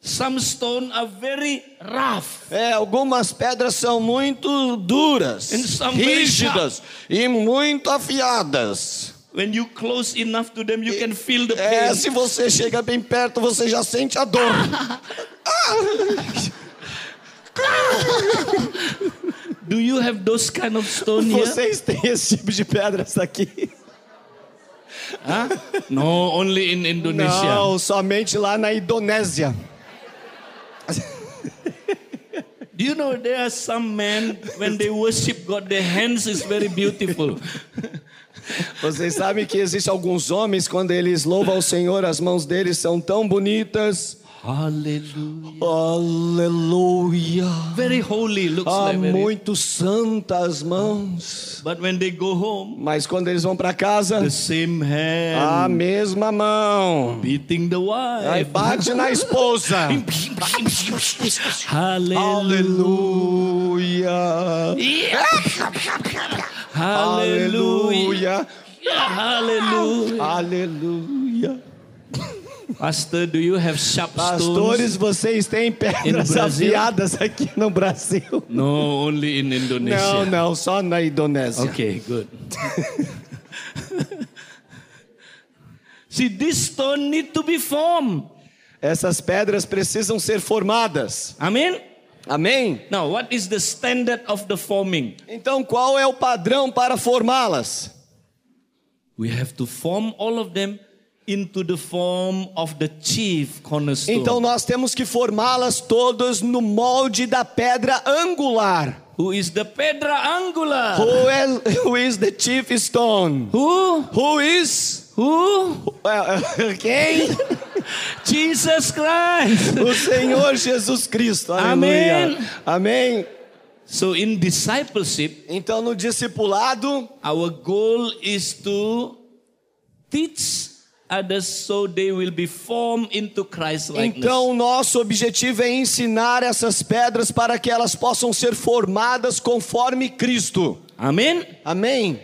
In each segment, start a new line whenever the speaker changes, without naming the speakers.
some stone are very rough.
É, algumas pedras são muito duras,
And some very
rígidas e muito afiadas.
When you close enough to them, you can feel the pain.
É, se você chega bem perto, você já sente a dor.
Do you have those kind of stone here?
Vocês têm esse tipo de pedras aqui?
Huh? No, only in Indonesia.
Não, somente lá na Indonésia.
Do you know there are some men when they worship God, their hands is very beautiful.
Vocês sabem que existem alguns homens, quando eles louvam ao Senhor, as mãos deles são tão bonitas.
Hallelujah.
Aleluia!
Very holy looks
Ah,
like. Very,
muito santas as mãos.
but when they go home,
Mas quando eles vão para casa,
the same hand
a mesma mão.
beating the
Aí
wife.
bate na esposa.
Hallelujah.
Aleluia!
Hallelujah.
Aleluia!
Hallelujah.
Aleluia!
Pastor, do you have sharp stones?
Pastores, vocês têm pedras
E no Brasil?
afiadas aqui no Brasil?
No, only in
Não,
Indonesia.
não, só na Indonésia.
Okay, good. See, this stone need to be formed.
Essas pedras precisam ser formadas.
Amen.
Amém?
Now, what is the standard of the forming?
Então, qual é o padrão para formá-las?
We have to form all of them into the form of the chief cornerstone.
Então, nós temos que formá-las todas no molde da pedra angular.
Who is the pedra angular?
Who, é- who is the chief stone?
Who?
Who is?
Who?
Eh, eh, Quem?
Jesus Christ.
O Senhor Jesus Cristo. Aleluia.
Amém.
Amém.
So in discipleship,
Então, no discipulado,
our goal is to teach others so they will be formed into Christ likeness.
Então, o nosso objetivo é ensinar essas pedras para que elas possam ser formadas conforme Cristo.
Amen.
Amém?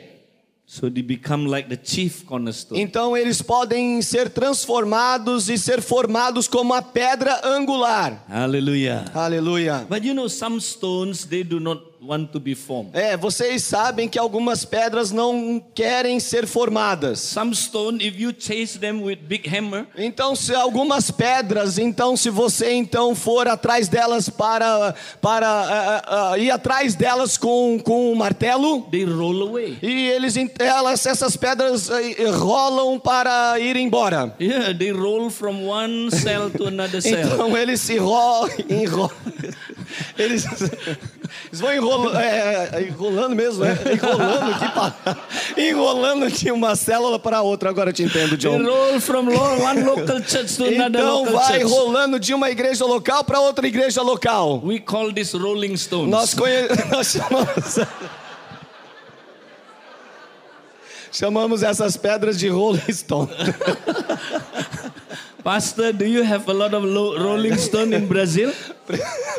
So they become like the chief cornerstone.
Então, eles podem ser transformados e ser formados como a pedra angular.
Hallelujah.
Aleluia.
But you know, some stones they do not want to be formed.
É, vocês sabem que algumas pedras não querem ser formadas.
Some stone, if you chase them with big hammer,
Então, se algumas pedras, então se você então for atrás delas para para ah, ah, ah, ir atrás delas com com um martelo,
they roll away.
E eles, elas, essas pedras eh, eh, rolam para ir embora.
Yeah, they roll from one cell to another cell.
Então eles se rolam. Enro... Eles... eles vão enrolando. enrolando mesmo, né? Enrolando aqui pra... Enrolando de uma célula para outra. Agora eu te entendo,
They
John.
roll from lo- one local church to another
Então
local
vai
church.
rolando de uma igreja local para outra igreja local.
We call this rolling stones.
Nós conhecemos. Nós chamamos. Chamamos essas pedras de Rolling Stone.
Pastor, do you have a lot of lo- rolling stone in Brazil?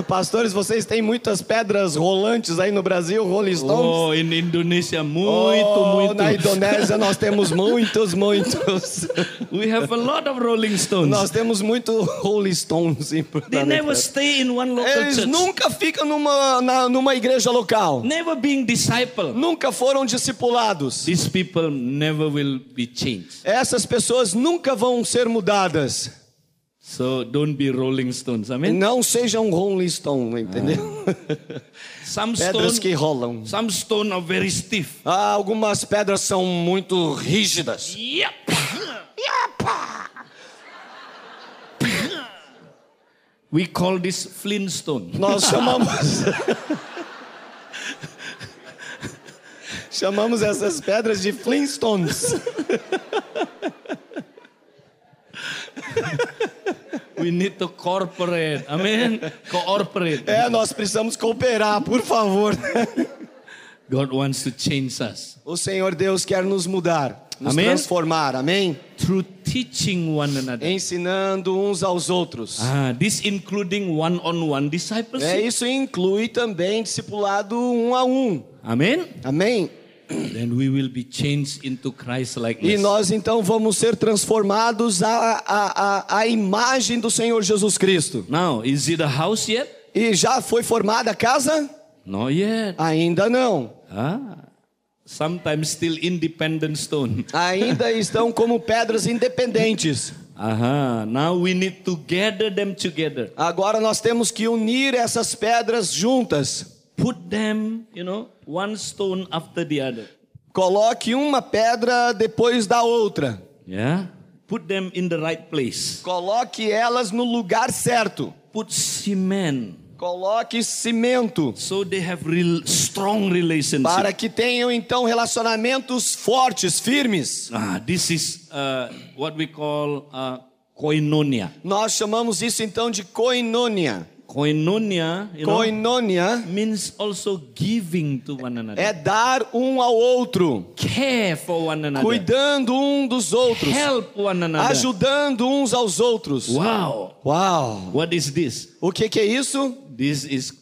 Pastores, vocês têm muitas pedras rolantes aí no Brasil, Rolling Stones?
Oh, in Indonesia, muito,
Oh,
muito.
Na Indonésia nós temos muitos, muitos.
We have a lot of rolling stones.
Nós temos muito Rolling Stones. em-
They never stay in one local
Eles
church.
nunca ficam numa, na- numa igreja local.
Never being disciple.
Nunca foram discipulados.
These people never will be changed.
Essas pessoas nunca vão ser mudadas.
So don't be rolling stones. I mean,
Não sejam Rolling Stone, entendeu?
some
Pedras que
stone,
rolam.
some stone are very stiff.
Ah, algumas pedras são muito rígidas.
Yep. We call this flintstone.
Nós chamamos. chamamos essas pedras de Flintstones.
We need to cooperate. Amen. Cooperate.
É, nós precisamos cooperar, por favor.
God wants to change us
O Senhor Deus quer nos mudar, nos
Amém?
transformar, amém?
through teaching one another.
Ensinando uns aos outros.
Ah, this including one-on-one discipleship.
É, isso inclui também discipulado um a um,
Amen.
amém?
then we will be changed into Christ
E
likeness.
nós então vamos ser transformados à, à, à, à imagem do Senhor Jesus Cristo.
Now, is it a house yet?
E já foi formada a casa?
Not yet.
Ainda não.
Ah, sometimes still independent stone.
Ainda estão como pedras independentes.
Aha, now we need to gather them together.
Agora nós temos que unir essas pedras juntas.
Put them, you know, one stone after the other.
Coloque uma pedra depois da outra.
Yeah? Put them in the right place.
Coloque elas no lugar certo.
Put cement
Coloque cimento
so they have real strong relationship.
para que tenham então relacionamentos fortes, firmes.
Ah, this is uh, what we call uh, koinonia.
Nós chamamos isso então de coinonia.
Koinonia, you know,
Coinonia
means also giving to one another.
é dar um ao outro,
Care for one another.
cuidando um dos outros,
Help one another.
ajudando uns aos outros.
Wow.
Uau!
What is this?
O que, que é isso?
This is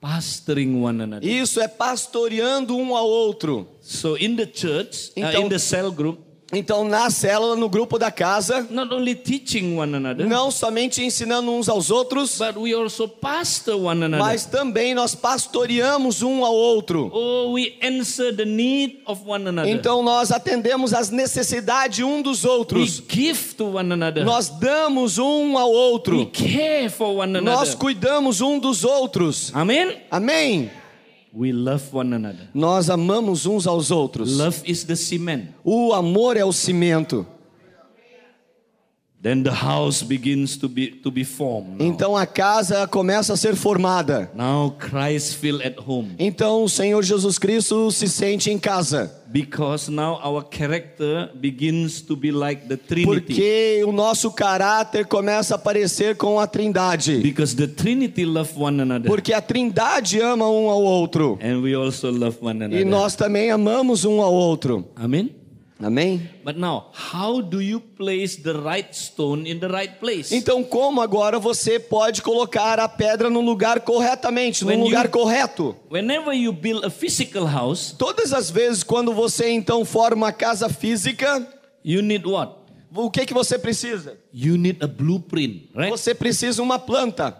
pastoring one another.
Isso é pastoreando um ao outro.
So in the church, uh,
Então-
in the cell group,
Então, na célula, no grupo da casa,
not only teaching one another,
não somente ensinando uns aos outros,
but we also pastor one another.
mas também nós pastoreamos um ao outro.
Oh, we answer the need of one another.
Então, nós atendemos às necessidades um dos
we
outros.
give to one another.
Nós damos um ao
we
outro.
care for one another.
Nós cuidamos um dos outros.
Amen.
Amém?
We love one another.
Nós amamos uns aos outros.
Love is the cement.
O amor é o cimento.
Then the house begins to be to be formed. now.
Então a casa começa a ser formada.
Now Christ feel at home
Então o Senhor Jesus Cristo se sente em casa.
because now our character begins to be like the Trinity.
Porque o nosso caráter começa a parecer com a Trindade.
Because the Trinity love one another
Porque a Trindade ama um ao outro.
and we also love one
E
another.
nós também amamos um ao outro.
Amen.
Amém?
But now, how do you place the right stone in the right place?
Então, como agora você pode colocar a pedra no lugar corretamente, no
When you-
lugar correto?
Whenever you build a physical house,
Todas as vezes quando você então forma uma casa física,
you need what?
o que que você precisa?
You need a blueprint, right?
Você precisa uma planta.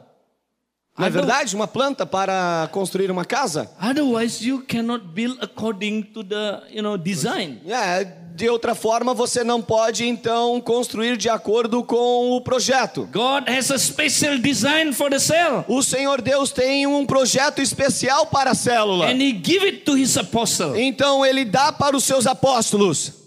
Não é
Ah, não.
verdade? Uma planta para construir uma casa?
Otherwise, you cannot build according to the you know design.
É, de outra forma você não pode então construir de acordo com o projeto.
God has a special design for the cell,
O Senhor Deus tem um projeto especial para a célula.
and He give it to His apostle.
Então ele dá para os seus apóstolos.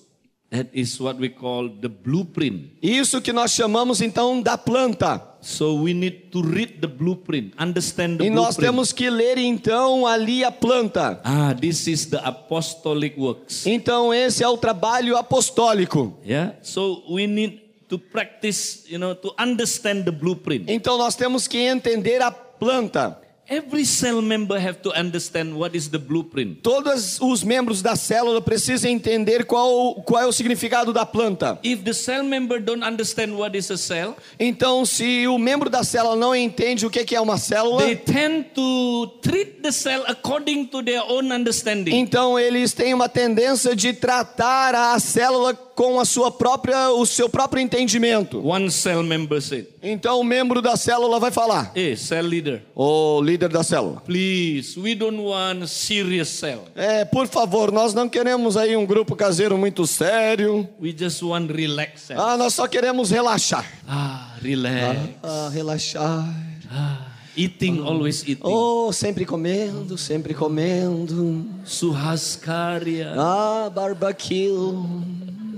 That is what we call the blueprint.
Isso que nós chamamos então da planta.
So we need to read the blueprint, understand the
E nós
blueprint.
temos que ler então ali a planta.
Ah, this is the apostolic works.
Então esse é o trabalho apostólico.
Yeah. So we need to practice, you know, to understand the blueprint.
Então nós temos que entender a planta.
Every cell member have to understand what is the blueprint.
Todos os membros da célula precisam entender qual, qual é o significado da planta.
If the cell member don't understand what is a cell,
Então, se o membro da célula não entende o que que é uma célula,
they tend to treat the cell according to their own understanding.
então eles têm uma tendência de tratar a célula com a sua própria, o seu próprio entendimento.
One cell member said,
Então, o membro da célula vai falar:
"Hey, cell leader,
"O líder da célula,
please, we don't want serious cell.
é, por favor, nós não queremos aí um grupo caseiro muito sério.
We just want relaxed cell."
Ah, nós só queremos relaxar."
Ah, relax.
Ah, relaxar.
Ah, eating always eating.
Oh, sempre comendo, sempre comendo.
Suhaskarya.
Ah, barbecue.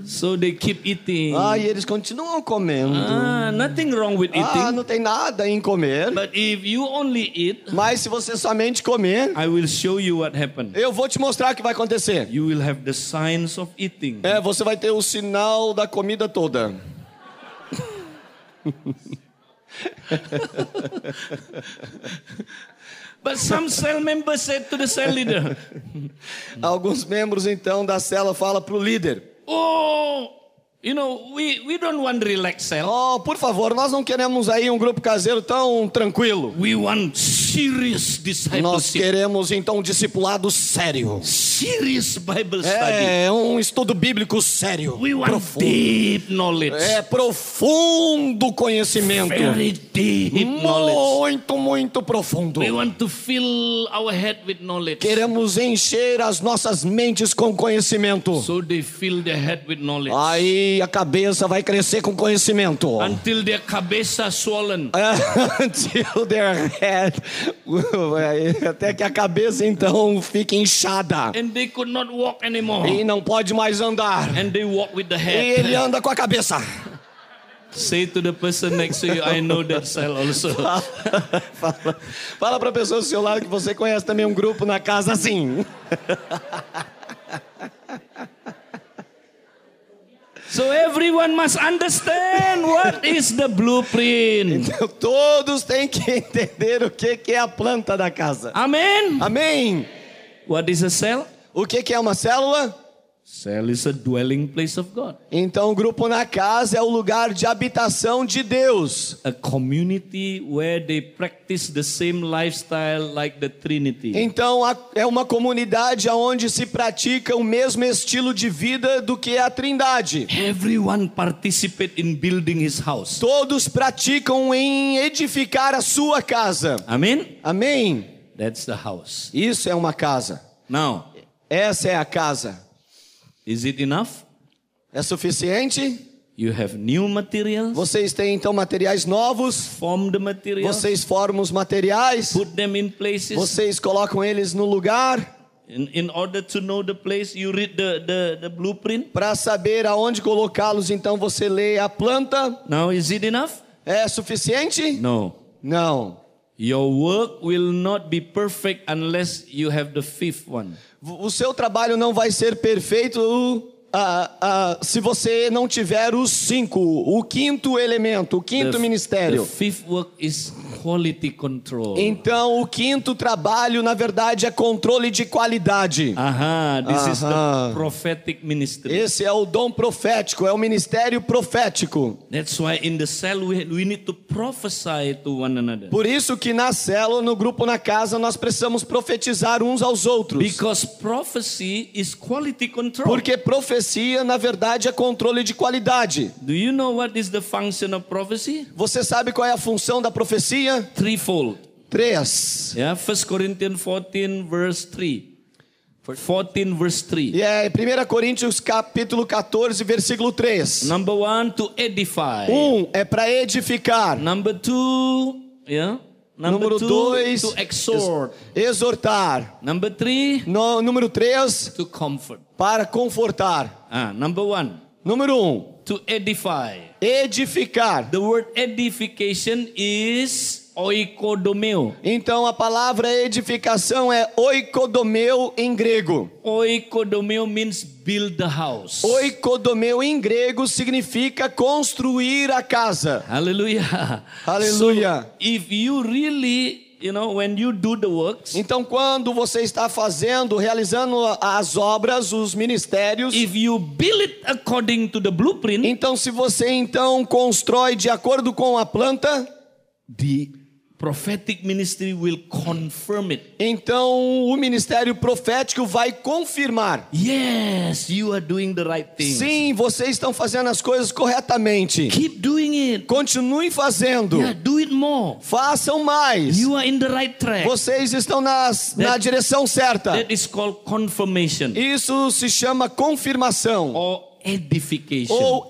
So they keep eating.
Ah, e eles continuam comendo.
Ah, nothing wrong with
Ah,
eating.
não tem nada em comer.
But if you only eat,
Mas se você somente comer,
I will show you what happened.
eu vou te mostrar o que vai acontecer.
You will have the signs of eating.
É, você vai ter o sinal da comida toda.
But some cell members said to the cell leader,
Alguns membros então da cela fala pro líder:
Oh, You know, we, we don't want relaxed cell.
Oh, por favor, nós não queremos aí um grupo caseiro tão tranquilo.
We want serious
Nós
discipleship.
queremos então um discipulado sério.
Serious Bible study.
É um estudo bíblico sério,
We want
profundo.
deep knowledge.
É profundo conhecimento.
Very deep knowledge.
Muito, muito profundo.
We want to fill our head with knowledge.
Queremos encher as nossas mentes com conhecimento.
So they fill their head with knowledge.
Aí a cabeça vai crescer com conhecimento.
Until their cabeça swollen.
Until their head. Até que a cabeça então fique inchada.
And they could not walk anymore.
E não pode mais andar.
And they walk with the
E ele
head.
anda com a cabeça.
Say to the person next to you, I know that cell also.
Fala, fala pra pessoa do seu lado que você conhece também um grupo na casa assim.
So everyone must understand what is the blueprint.
Então, Todos têm que entender o que que é a planta da casa.
Amen.
Amém?
What is a cell?
O que que é uma célula?
Cell is a dwelling place of God.
Então, o grupo na casa é o lugar de habitação de Deus.
A community where they practice the same lifestyle like the Trinity.
Então, a- é uma comunidade onde se pratica o mesmo estilo de vida do que a Trindade.
Everyone participate in building his house.
Todos praticam em edificar a sua casa.
Amen.
Amém?
That's the house.
Isso é uma casa.
Now,
Essa é a casa.
is it enough?
É suficiente?
You have new materials.
Vocês têm então materiais novos,
Form the materials.
vocês formam os materiais,
Put them in places.
vocês colocam eles no lugar
In, in order to know the place, you read the, the, the blueprint.
para saber aonde colocá-los. Então você lê a planta.
Now, is it enough?
É suficiente?
No.
Não.
Your work will not be perfect unless you have the fifth one.
O seu trabalho não vai ser perfeito ah, ah, se você não tiver os cinco, o quinto elemento, o quinto
The-
ministério.
The fifth work is quality control.
Então, o quinto trabalho, na verdade, é controle de qualidade.
Aha, this is the
Aha.
prophetic ministry.
Esse é o dom profético, é o ministério profético.
That's why in the cell we, we need to prophesy to one another.
Por isso que na célula, no grupo, na casa, nós precisamos profetizar uns aos outros.
Because prophecy is quality control.
Porque profecia, na verdade, é controle de qualidade.
Do you know what is the function of prophecy?
Você sabe qual é a função da profecia?
Threefold.
Três.
Yeah, 1 Corinthians 14 verse 3. 14 verse 3.
E é 1 Coríntios capítulo 14, versículo 3.
Number one, to edify.
Um é para edificar.
Number two, yeah. Number
Número
two,
dois,
to exhort.
ex- exortar.
Number three,
No- número 3,
to comfort.
para confortar.
Ah, number one,
Número 1,
to edify.
edificar.
The word edification is oikodomeo.
Então a palavra edificação é oikodomeu em grego.
Oikodomeo means build the house.
Oikodomeu em grego significa construir a casa.
Hallelujah.
Hallelujah.
So if you really, you know, when you do the works,
Então quando você está fazendo, realizando a- as obras, os ministérios,
if you build it according to the blueprint,
Então, se você então constrói de acordo com a planta,
the prophetic ministry will confirm it.
então o ministério profético vai confirmar.
Yes, you are doing the right thing.
Sim, vocês estão fazendo as coisas corretamente.
Keep doing it.
Continuem fazendo.
Yeah, do it more.
Façam mais.
You are in the right track.
Vocês estão nas- na
That-
direção certa.
That is called confirmation
Isso se chama confirmação
or edification.
ou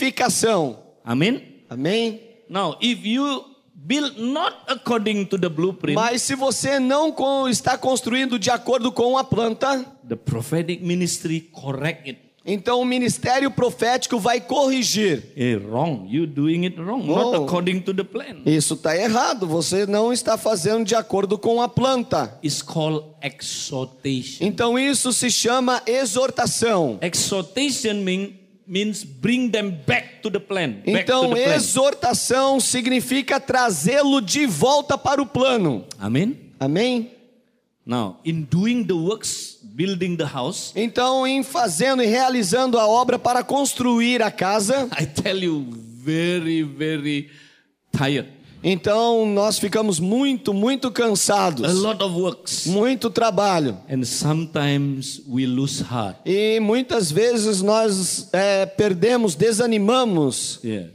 edificação.
Amen.
Amém?
Now, if you build not according to the blueprint,
Mas se você não con- está construindo de acordo com a planta,
the prophetic ministry correct it.
então o ministério profético vai corrigir.
Eh, wrong. You doing it wrong. Not
Whoa.
according to the plan.
Isso está errado, você não está fazendo de acordo com a planta.
It's called exhortation.
Então isso se chama exortação.
Exhortation mean, means bring them back to the plan. Back to the
Então
plan.
exortação significa trazê-lo de volta para o plano.
Amen.
Amém?
Now, in doing the works, building the house,
Então, em fazendo e realizando a obra para construir a casa,
I tell you, very, very tired.
então nós ficamos muito, muito
A
cansados.
lot of works.
Muito trabalho.
And sometimes we lose heart.
E muitas vezes nós é, perdemos, desanimamos.
Yeah.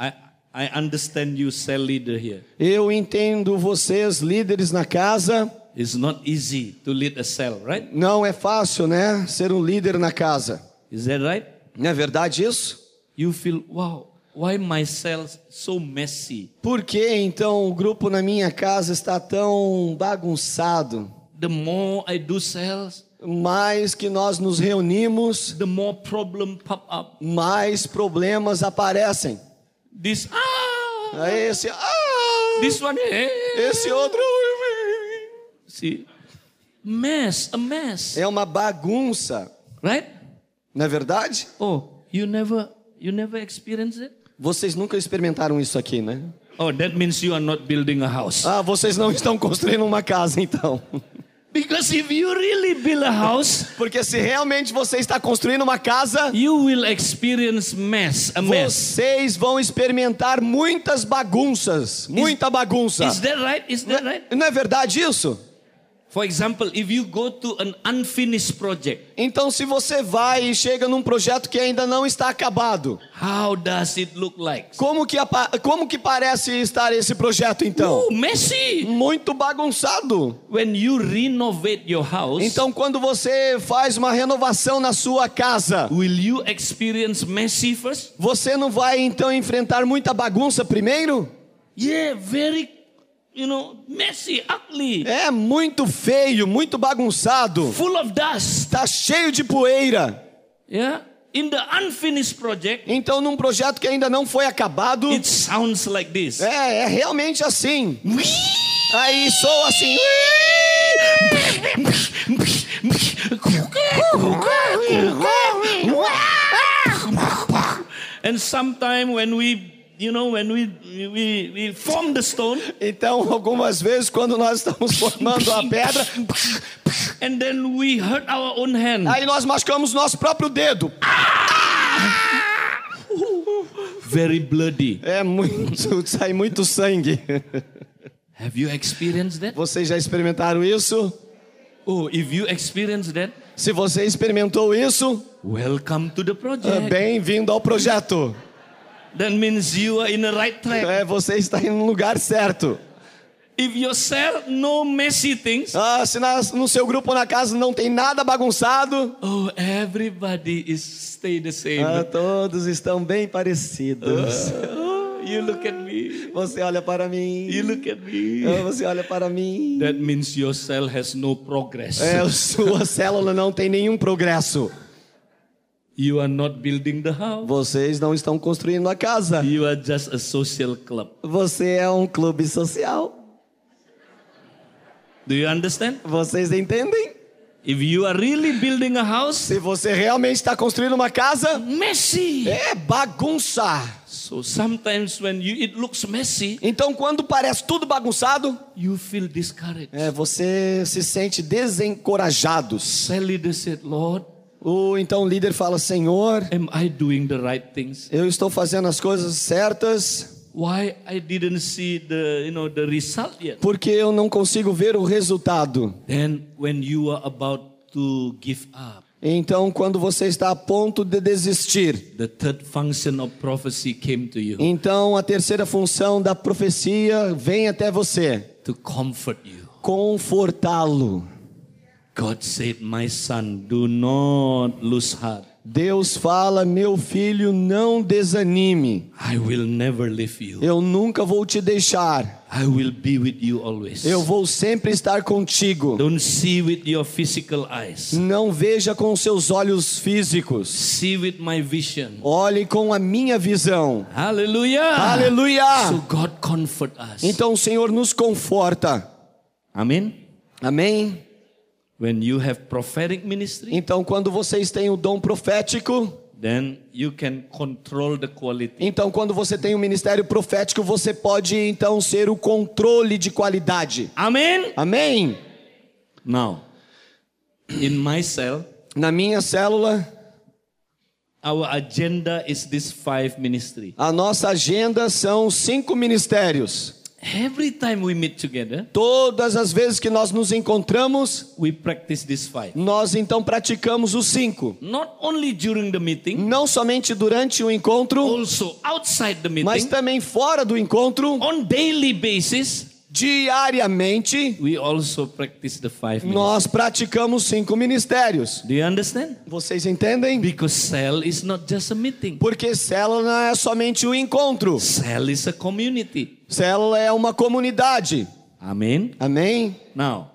I, I understand you, cell leader here.
Eu entendo vocês, líderes na casa.
It's not easy to lead a cell, right?
Não é fácil, né? Ser um líder na casa.
Is that right?
Não é verdade isso?
You feel, wow, why my cell so messy?
Por que então o grupo na minha casa está tão bagunçado?
The more I do cells,
Mais que nós nos reunimos,
the more problem pop up.
mais problemas aparecem.
This ah,
Aí esse, ah,
this one eh.
esse outro
See, mess, a mess,
é uma bagunça,
right?
não é verdade?
Oh, you never, you never experience it.
Vocês nunca experimentaram isso aqui, né?
Oh, that means you are not building a house.
Ah, vocês não estão construindo uma casa então.
Because if you really build a house,
Porque se realmente você está construindo uma casa,
you will experience mess, a mess.
vocês vão experimentar muitas bagunças, muita bagunça.
Is that right? Is that right?
Não é verdade isso?
For example, if you go to an unfinished project,
Então, se você vai e chega num projeto que ainda não está acabado,
how does it look like?
como que, apa- como que parece estar esse projeto então?
Oh, messy!
Muito bagunçado.
When you renovate your house,
Então, quando você faz uma renovação na sua casa,
will you experience messy first?
você não vai então enfrentar muita bagunça primeiro?
Yeah, very, you know, messy, ugly,
É muito feio, muito bagunçado,
full of dust.
tá cheio de poeira.
Yeah. In the unfinished project,
Então, num projeto que ainda não foi acabado,
it sounds like this.
é, é realmente assim. Aí sou assim.
And sometime when we, you know, when we we, we form the stone,
Então, algumas vezes, quando nós estamos formando a pedra,
and then we hurt our own hand.
aí nós machucamos nosso próprio dedo.
Very bloody.
É muito, sai muito sangue.
Have you experienced that?
Vocês já experimentaram isso?
Oh, if you experienced that,
Se você experimentou isso,
welcome to the project.
bem-vindo ao projeto.
That means you are in the right track.
É, você está em um lugar certo.
If your cell no messy things,
Ah, se na- no seu grupo na casa não tem nada bagunçado,
oh, everybody is stay the same.
ah, todos estão bem parecidos.
Oh, you look at me.
Você olha para mim.
You look at me.
Ah, Você olha para mim.
That means your cell has no progress.
É, a sua célula não tem nenhum progresso.
You are not building the house.
Vocês não estão construindo a casa.
You are just a social club.
Você é um clube social.
Do you understand?
Vocês entendem?
If you are really building a house,
Se você realmente está construindo uma casa,
messy.
é bagunça.
So sometimes when you it looks messy,
Então, quando parece tudo bagunçado,
you feel discouraged.
é, você se sente desencorajado.
Cell leader said, Lord,
Ou então o líder fala: Senhor,
am I doing the right things?
eu estou fazendo as coisas certas,
Why I didn't see the you know the result yet?
porque eu não consigo ver o resultado.
Then when you are about to give up,
Então, quando você está a ponto de desistir,
the third function of prophecy came to you
então a terceira função da profecia vem até você:
to comfort you.
confortá-lo.
God said, My son, do not lose heart.
Deus fala: meu filho, não desanime.
I will never leave you.
Eu nunca vou te deixar.
I will be with you always.
Eu vou sempre estar contigo.
Don't see with your physical eyes.
Não veja com seus olhos físicos.
See with my vision.
Olhe com a minha visão.
Hallelujah. So
Aleluia!
God comfort us.
Então o Senhor nos conforta.
Amen.
Amém?
When you have prophetic ministry,
Então, quando vocês têm o dom profético,
then you can control the quality.
Então, quando você tem um ministério profético, você pode então ser o controle de qualidade.
Amen.
Amém?
Now, in my cell,
Na minha célula,
our agenda is this five ministry.
a nossa agenda são cinco ministérios.
Every time we meet together,
Todas as vezes que nós nos encontramos,
we practice this five.
nós então praticamos os cinco.
Not only during the meeting,
Não somente durante o encontro,
also outside the
mas
meeting,
também fora do encontro,
on daily basis,
diariamente,
we also practice the five ministry.
nós praticamos cinco ministérios.
Do you understand?
Vocês entendem?
Because cell is not just a meeting.
Porque célula não é somente o encontro.
Cell is a community.
Célula é uma comunidade.
Amen.
Amém?
Now,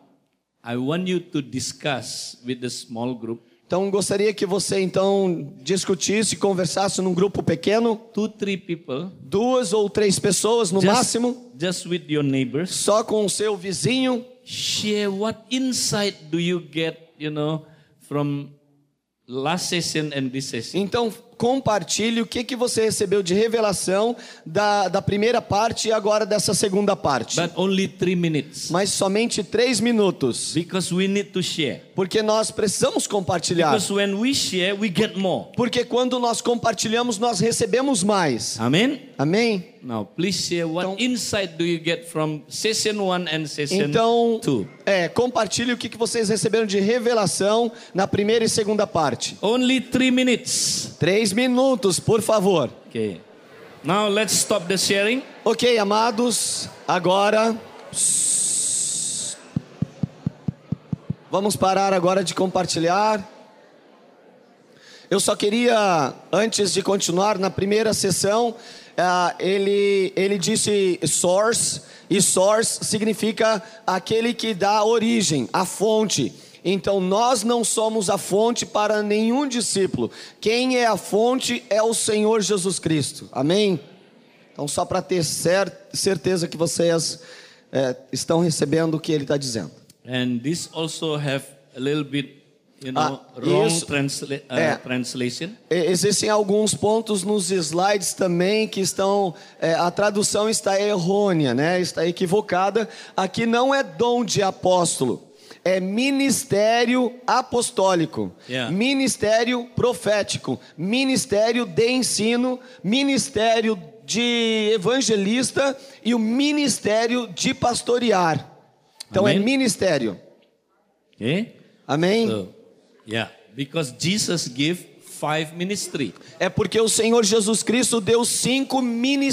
I want you to discuss with the small group
Então gostaria que você então discutisse, conversasse num grupo pequeno,
two, three people,
duas ou três pessoas no
just,
máximo,
just with your neighbors.
só com o seu vizinho.
Share what insight do you get, you know, from last session and this session.
Então compartilhe o que, que você recebeu de revelação da, da primeira parte e agora dessa segunda parte.
But only three minutes.
Mas somente três minutos,
Because we need to share.
porque nós precisamos compartilhar.
Because when we share, we get more.
Porque quando nós compartilhamos, nós recebemos mais.
Amen.
Amém?
Now, please share what
Então-
insight do you get from session one and session
Então,
two.
é, compartilhe o que, que vocês receberam de revelação na primeira e segunda parte.
Only three minutes.
Três minutos, por favor.
Okay. Now let's stop the sharing.
Ok, amados, agora. Vamos parar agora de compartilhar. Eu só queria, antes de continuar, na primeira sessão, ah, ele, ele disse source, e source significa aquele que dá origem, a fonte. Então, nós não somos a fonte para nenhum discípulo. Quem é a fonte é o Senhor Jesus Cristo. Amém? Então, só para ter cer- certeza que vocês eh, estão recebendo o que ele está dizendo.
And this also have a little bit, you know,
Ah,
wrong
isso-
transla- uh,
É.
translation.
E- Existem alguns pontos nos slides também que estão. eh, a tradução está errônea, né? está equivocada. Aqui não é dom de apóstolo, é ministério apostólico,
Yeah.
ministério profético, ministério de ensino, ministério de evangelista e o ministério de pastorear. Então é
Amém.
ministério.
Okay.
Amém?
Eh? So, yeah, because Jesus give five ministry.
É porque o Senhor Jesus Cristo deu cinco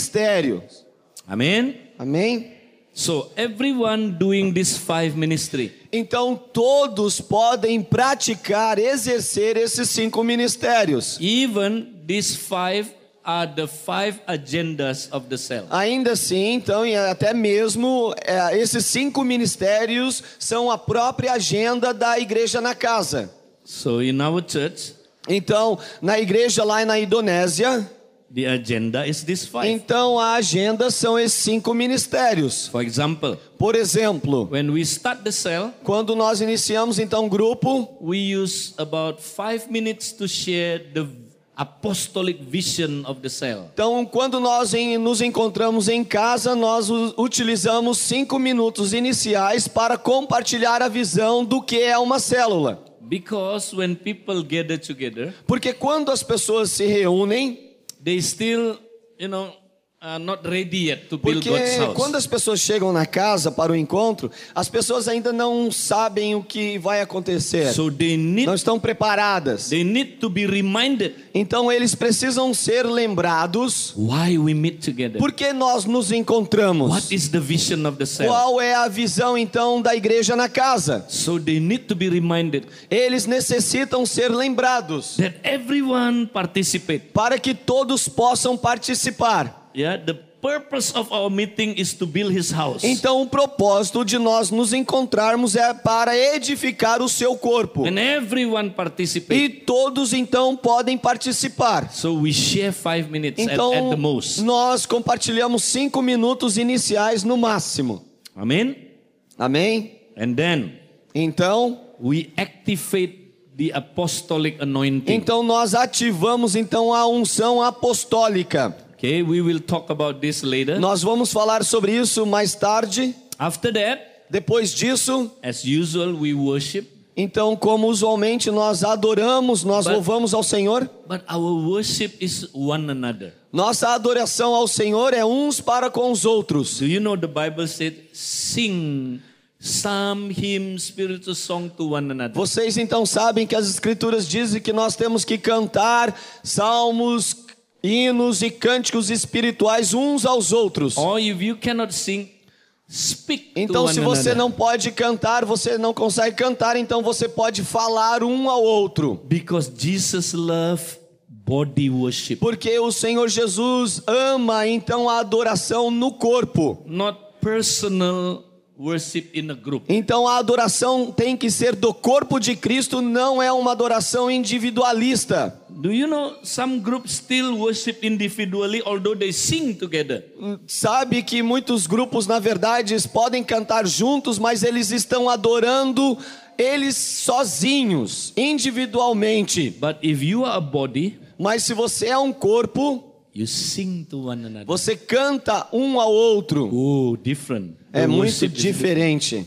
ministérios.
Amen.
Amém?
So everyone doing this five ministry.
Então todos podem praticar, exercer esses cinco ministérios.
Even these five are the five agendas of the cell.
Ainda assim, então, e até mesmo eh, esses cinco ministérios são a própria agenda da igreja na casa.
So in our church,
Então, na igreja lá na Indonésia,
the agenda is this five.
então a agenda são esses cinco ministérios.
For example,
Por exemplo,
when we start the cell,
quando nós iniciamos então um grupo,
we use about five minutes to share the apostolic vision of the cell.
Então, quando nós em- nos encontramos em casa, nós u- utilizamos cinco minutos iniciais para compartilhar a visão do que é uma célula.
Because when people gather together,
Porque quando as pessoas se reúnem,
they still, you know, are not ready yet to build
porque
God's
quando
house.
as pessoas chegam na casa para o encontro, as pessoas ainda não sabem o que vai acontecer,
So they need
não estão preparadas.
they need to be reminded
Então, eles precisam ser lembrados
why we meet together.
por que nós nos encontramos.
What is the vision of the cell?
Qual é a visão então da igreja na casa?
So they need to be reminded
Eles necessitam ser lembrados
that everyone participate.
para que todos possam participar.
Yeah, the purpose of our meeting is to build his house.
Então, o propósito de nós nos encontrarmos é para edificar o seu corpo.
And everyone participate.
E todos então podem participar.
So we share five minutes at,
Então,
at the most.
nós compartilhamos cinco minutos iniciais no máximo.
Amen.
Amém?
And then
Então,
we activate the apostolic anointing.
então nós ativamos então a unção apostólica.
Okay, we will talk about this later.
Nós vamos falar sobre isso mais tarde.
After that,
Depois disso,
As usual, we worship,
então, como usualmente nós adoramos, nós
But-
louvamos ao Senhor,
but our worship is one another.
nossa adoração ao Senhor é uns para com os outros.
Do you know the Bible said, sing psalm, hymn, spiritual song to one another?
Vocês então sabem que as Escrituras dizem que nós temos que cantar salmos, hinos e cânticos espirituais uns aos outros.
Or if you cannot sing, speak to
Então,
one
se você
another.
não pode cantar, você não consegue cantar, então você pode falar um ao outro.
Because Jesus love body worship,
Porque o Senhor Jesus ama então a adoração no corpo.
not personal worship in a group.
Então a adoração tem que ser do corpo de Cristo, não é uma adoração individualista.
Do you know some groups still worship individually, although they sing together?
Sabe que muitos grupos, na verdade, eles podem cantar juntos, mas eles estão adorando eles sozinhos, individualmente.
But if you are a body,
Mas se você é um corpo,
you sing to one another.
você canta um ao outro.
Oh, different.
É
The
muito
worship is different.
diferente.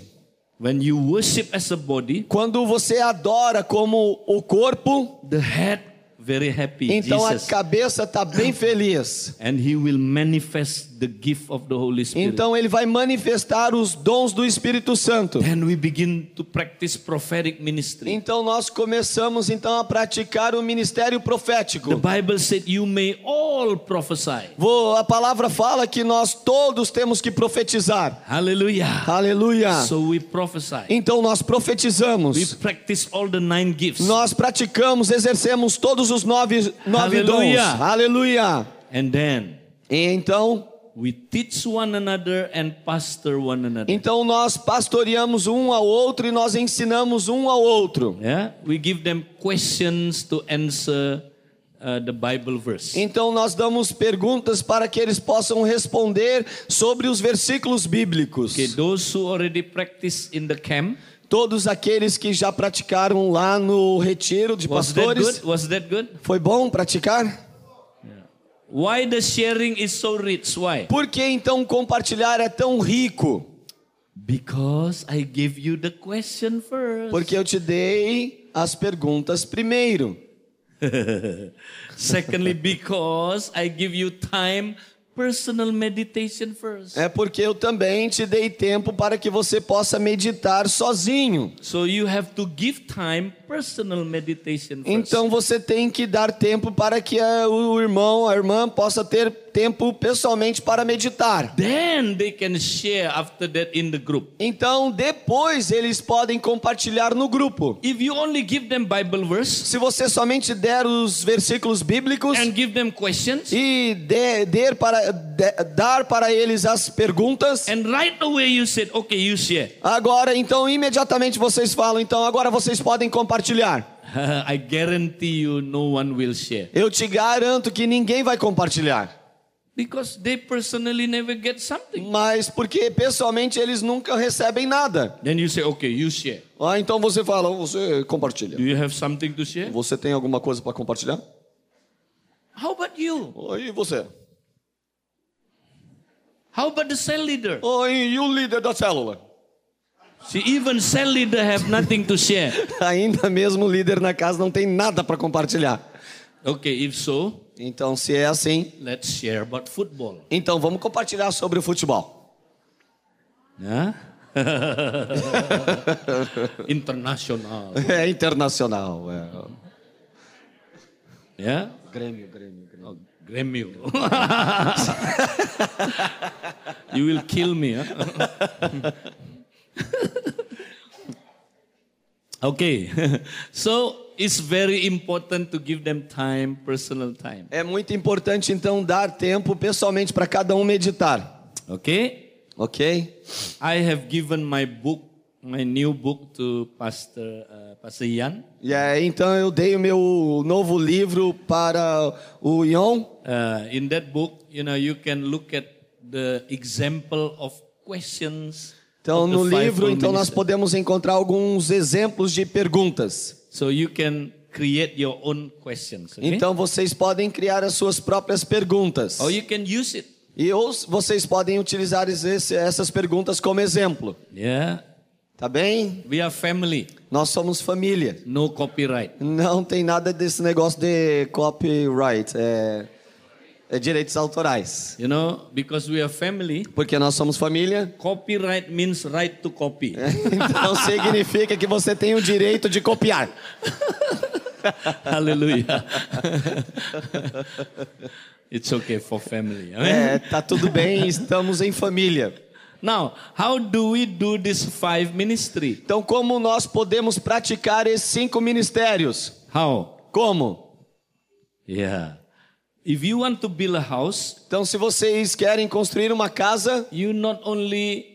When you worship as a body,
Quando você adora como o corpo,
the head very happy,
então a
Jesus,
cabeça está bem feliz.
and he will manifest the gift of the Holy Spirit.
Então ele vai manifestar os dons do Espírito Santo.
Then we begin to practice prophetic ministry.
Então nós começamos então a praticar o ministério
The
profético.
Bible said you may all prophesy.
Vou- a palavra fala que nós todos temos que profetizar.
Hallelujah.
Aleluia.
So we prophesy.
Então nós
We
profetizamos.
practice all the nine gifts.
Nós praticamos, exercemos todos os nove, nove dons.
Aleluia.
Aleluia.
And then
E então,
we teach one another and pastor one another.
então nós pastoreamos um ao outro e nós ensinamos um ao outro.
Yeah? We give them questions to answer uh, the Bible verse.
Então nós damos perguntas para que eles possam responder sobre os versículos bíblicos.
Okay, those who already practice in the camp,
Todos aqueles que já praticaram lá no retiro de
was that
pastores,
good? Was that good?
foi bom praticar?
Why the sharing is so rich? Why?
Por que então compartilhar é tão rico?
Because I gave you the question first.
Porque eu te dei as perguntas primeiro.
Secondly, because I give you time, personal meditation first.
É porque eu também te dei tempo para que você possa meditar sozinho.
So you have to give time, personal meditation first.
Então você tem que dar tempo para que eh, o irmão, a irmã possa ter tempo pessoalmente para meditar.
then they can share after that in the group.
Então depois eles podem compartilhar no grupo.
If you only give them Bible verse
Se você somente der os versículos bíblicos
and give them questions,
e de- der para, de- dar para eles as perguntas,
and right away you said, okay, you share.
Agora, então, imediatamente vocês falam, então agora vocês podem compartilhar.
I guarantee you no one will share.
Eu te garanto que ninguém vai compartilhar.
Because they personally never get something.
Mas porque pessoalmente eles nunca recebem nada.
Then you say, okay, you share.
Ah, então você fala, você compartilha.
Do you have something to share?
Você tem alguma coisa para compartilhar?
How about you?
Oi, e você?
How about the cell leader?
Oi, e o líder da célula?
See, even cell leader have nothing to share.
Ainda mesmo o líder na casa não tem nada para compartilhar.
Okay, if so,
Então, se é assim,
let's share about football.
então vamos compartilhar sobre o futebol.
Huh? International.
É internacional. É.
Yeah?
Grêmio, Grêmio, Grêmio.
Oh, Grêmio. you will kill me. Huh? okay. so it's very important to give them time, personal time.
É muito importante então dar tempo pessoalmente para cada um meditar,
Okay?
ok?
I have given my book, my new book to Pastor uh, Pastor Ian.
E aí, então eu dei o meu novo livro para o Ion.
Uh, in that book, you know, you can look at the example of questions.
Então
of the
no livro
fivefold
então nós
minister.
podemos encontrar alguns exemplos de perguntas.
So you can create your own questions. Okay?
Então vocês podem criar as suas próprias perguntas
or you can use it.
E ou vocês podem utilizar esse- essas perguntas como exemplo,
Yeah.
tá bem?
We are family.
Nós somos família.
No copyright.
Não tem nada desse negócio de copyright, é, é direitos autorais.
You know, because we are family,
Porque nós somos família,
copyright means right to copy.
então significa que você tem o direito de copiar.
Hallelujah. it's okay for family. Amen.
É, tá tudo bem, estamos em família.
Now, how do we do this five ministry?
Então, como nós podemos praticar esses cinco ministérios?
How?
Como?
Yeah. If you want to build a house,
Então, se vocês querem construir uma casa,
you not only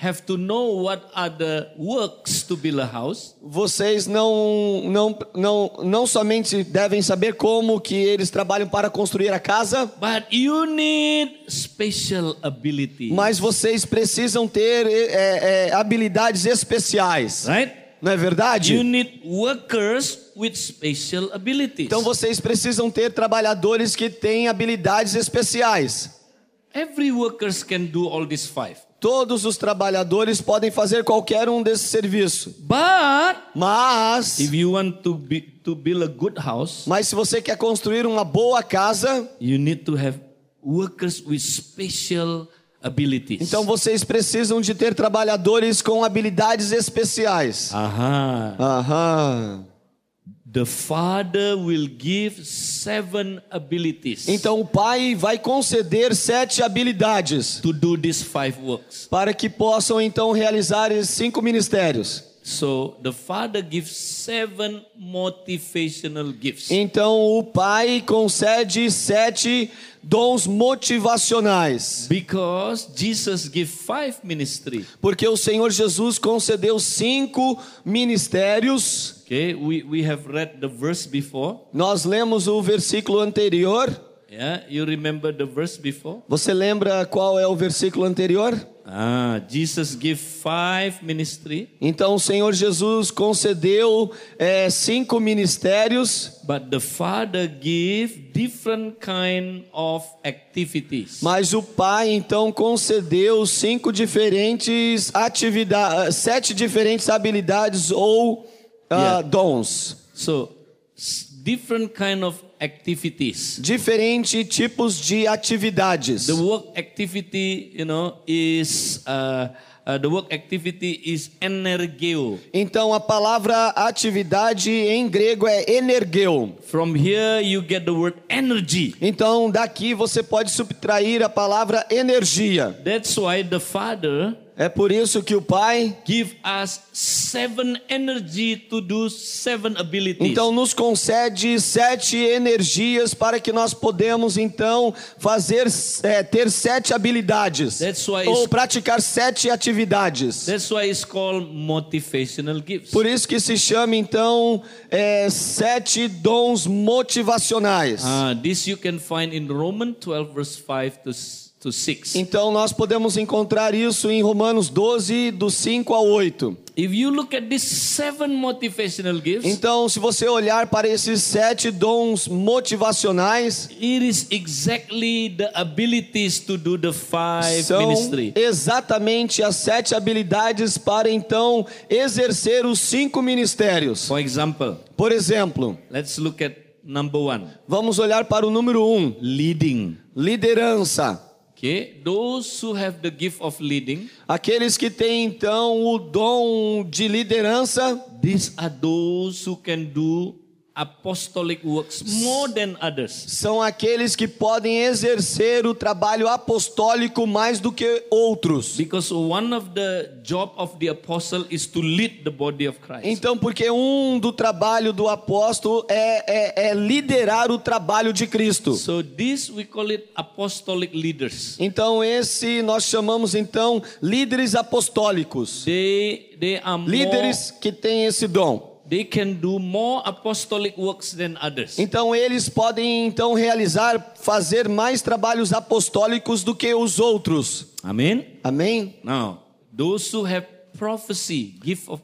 have to know what are the works to build a house,
vocês não, não, não, não somente devem saber como que eles trabalham para construir a casa,
but you need special ability.
mas vocês precisam ter é, é, habilidades especiais.
right?
Não é
You
verdade?
need workers with special abilities.
Então, vocês precisam ter trabalhadores que têm habilidades especiais.
Every workers can do all these five.
Todos os trabalhadores podem fazer qualquer um desse serviço.
But
Mas
if you want to be, to build a good house,
Mas se você quer construir uma boa casa,
you need to have workers with special abilities.
então vocês precisam de ter trabalhadores com habilidades especiais.
Aha.
Aham.
The Father will give seven abilities
Então o pai vai conceder sete habilidades
to do these five works.
para que possam então realizar esses cinco ministérios.
So the Father gives seven motivational gifts.
Então o pai concede sete dons motivacionais.
Because Jesus gave five ministry.
Porque o Senhor Jesus concedeu cinco ministérios.
Okay, we, we have read the verse before.
Nós lemos o versículo anterior.
Yeah, you remember the verse before?
Você lembra qual é o versículo anterior?
Ah, Jesus gave five ministry,
Então o Senhor Jesus concedeu é, cinco ministérios,
but the Father gave different kind of activities.
mas o Pai então concedeu cinco diferentes atividades, sete diferentes habilidades ou ah,
Yeah.
dons,
So, s- different kind of activities.
diferentes tipos de atividades.
The work activity, you know, is uh, uh, the work activity is energeo.
Então a palavra atividade em grego é energeu.
From here you get the word energy.
Então daqui você pode subtrair a palavra energia.
That's why the Father
É por isso que o Pai
give us seven energy to do seven abilities.
Então nos concede sete energias para que nós podemos então fazer é, ter sete habilidades
That's why it's-
ou praticar sete atividades.
That's why it's called motivational gifts.
Por isso que se chama então é, sete dons motivacionais.
Ah, this you can find in Romans 12 verse 5 to, s- to 6.
Então nós podemos encontrar isso em Romanos 12 do 5 ao 8.
If you look at these seven motivational gifts,
Então se você olhar para esses sete dons motivacionais,
It is exactly the abilities to do the five
são
ministry.
exatamente as sete habilidades para então exercer os cinco ministérios.
For example,
Por exemplo,
let's look at number one,
vamos olhar para o número um:
leading.
liderança.
Okay, those who have the gift of leading,
Aqueles que têm então o dom de liderança
these are those who can do apostolic works more than others.
são aqueles que podem exercer o trabalho apostólico mais do que outros.
Because one of the job of the apostle is to lead the body of Christ.
Então, porque um do trabalho do apóstolo é, é, é liderar o trabalho de Cristo.
So this we call it apostolic leaders.
Então esse nós chamamos então líderes apostólicos,
They they are more
líderes que têm esse dom.
they can do more apostolic works than others.
Então eles podem então realizar, fazer mais trabalhos apostólicos do que os outros.
Amen.
Amém?
Now, those who have prophecy, gift of,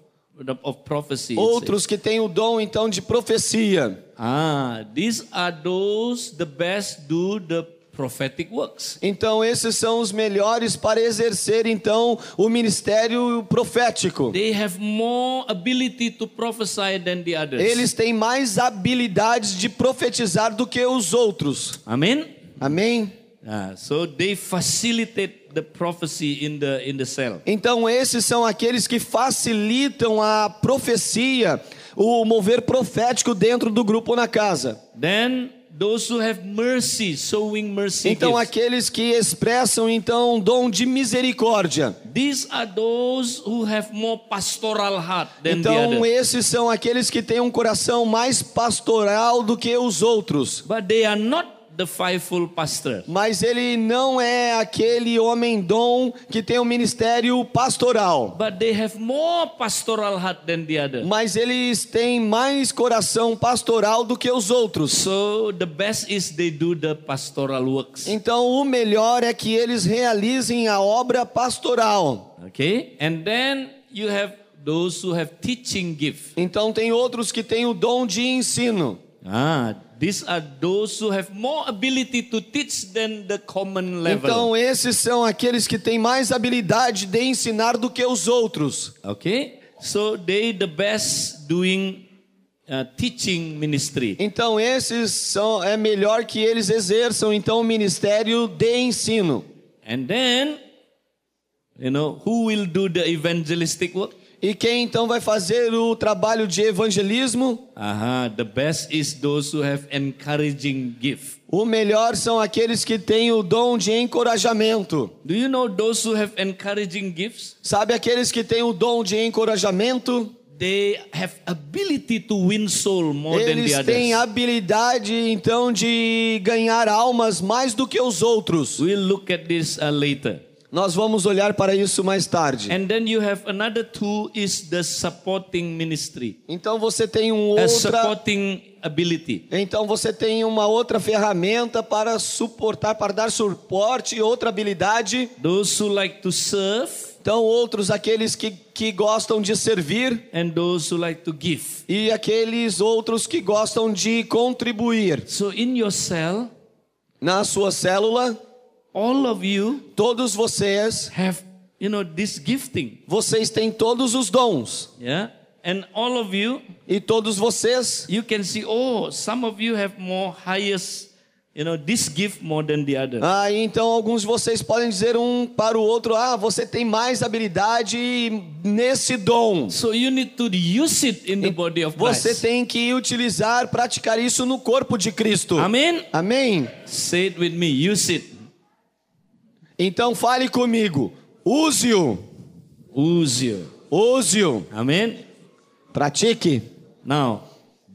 of prophecy. it says.
Outros que têm o dom então de profecia.
Ah, these are those the best do the prophetic works.
Então esses são os melhores para exercer então o ministério profético.
They have more ability to prophesy than the others.
Eles têm mais habilidades de profetizar do que os outros.
Amen.
Amém?
Ah, so they facilitate the prophecy in the in the cell.
Então esses são aqueles que facilitam a profecia, o mover profético dentro do grupo ou na casa.
Then those who have mercy, sowing mercy.
Então
gifts.
aqueles que expressam então um dom de misericórdia.
These are those who have more pastoral heart than the
Então
others.
esses são aqueles que têm um coração mais pastoral do que os outros.
But they are not the fivefold pastor.
Mas ele não é aquele homem dom que tem um ministério pastoral.
But they have more pastoral heart than the others.
Mas eles têm mais coração pastoral do que os outros.
So the best is they do the pastoral works.
Então o melhor é que eles realizem a obra pastoral.
Okay? And then you have those who have teaching gift.
Então tem outros que têm o dom de ensino.
Ah, these are those who have more ability to teach than the common level.
Então esses são aqueles que têm mais habilidade de ensinar do que os outros.
Okay? So they the best doing uh, teaching ministry.
Então esses são é melhor que eles exerçam então o ministério de ensino.
And then you know who will do the evangelistic work?
E quem então vai fazer o trabalho de evangelismo?
Aha, the best is those who have encouraging gift.
O melhor são aqueles que têm o dom de encorajamento.
Do you know those who have encouraging gifts?
Sabe aqueles que têm o dom de encorajamento?
They have ability to win soul more than the
Eles têm
others.
habilidade então de ganhar almas mais do que os outros.
We'll look at this uh, later.
Nós vamos olhar para isso mais tarde.
And then you have another two is the supporting ministry,
Então você tem um
a
outra
supporting ability.
Então você tem uma outra ferramenta para suportar, para dar suporte e outra habilidade.
Those who like to serve
Então outros aqueles que, que gostam de servir
and those who like to give.
e aqueles outros que gostam de contribuir.
So in your cell,
Na sua célula,
all of you
todos vocês,
have you know this gifting,
vocês têm todos os dons
yeah. And all of you,
e todos vocês
you can see. Oh, some of you have more highest, you know, this gift more than the other.
Ah, então alguns de vocês podem dizer um para o outro: ah, você tem mais habilidade nesse dom.
So you need to use it in the body of
Você
Christ.
tem que utilizar, praticar isso no corpo de Cristo.
Amen.
Amém?
Say it with me. Use it.
Então fale comigo. Use-o.
Use it.
Use-o.
Amen.
Pratique.
Now,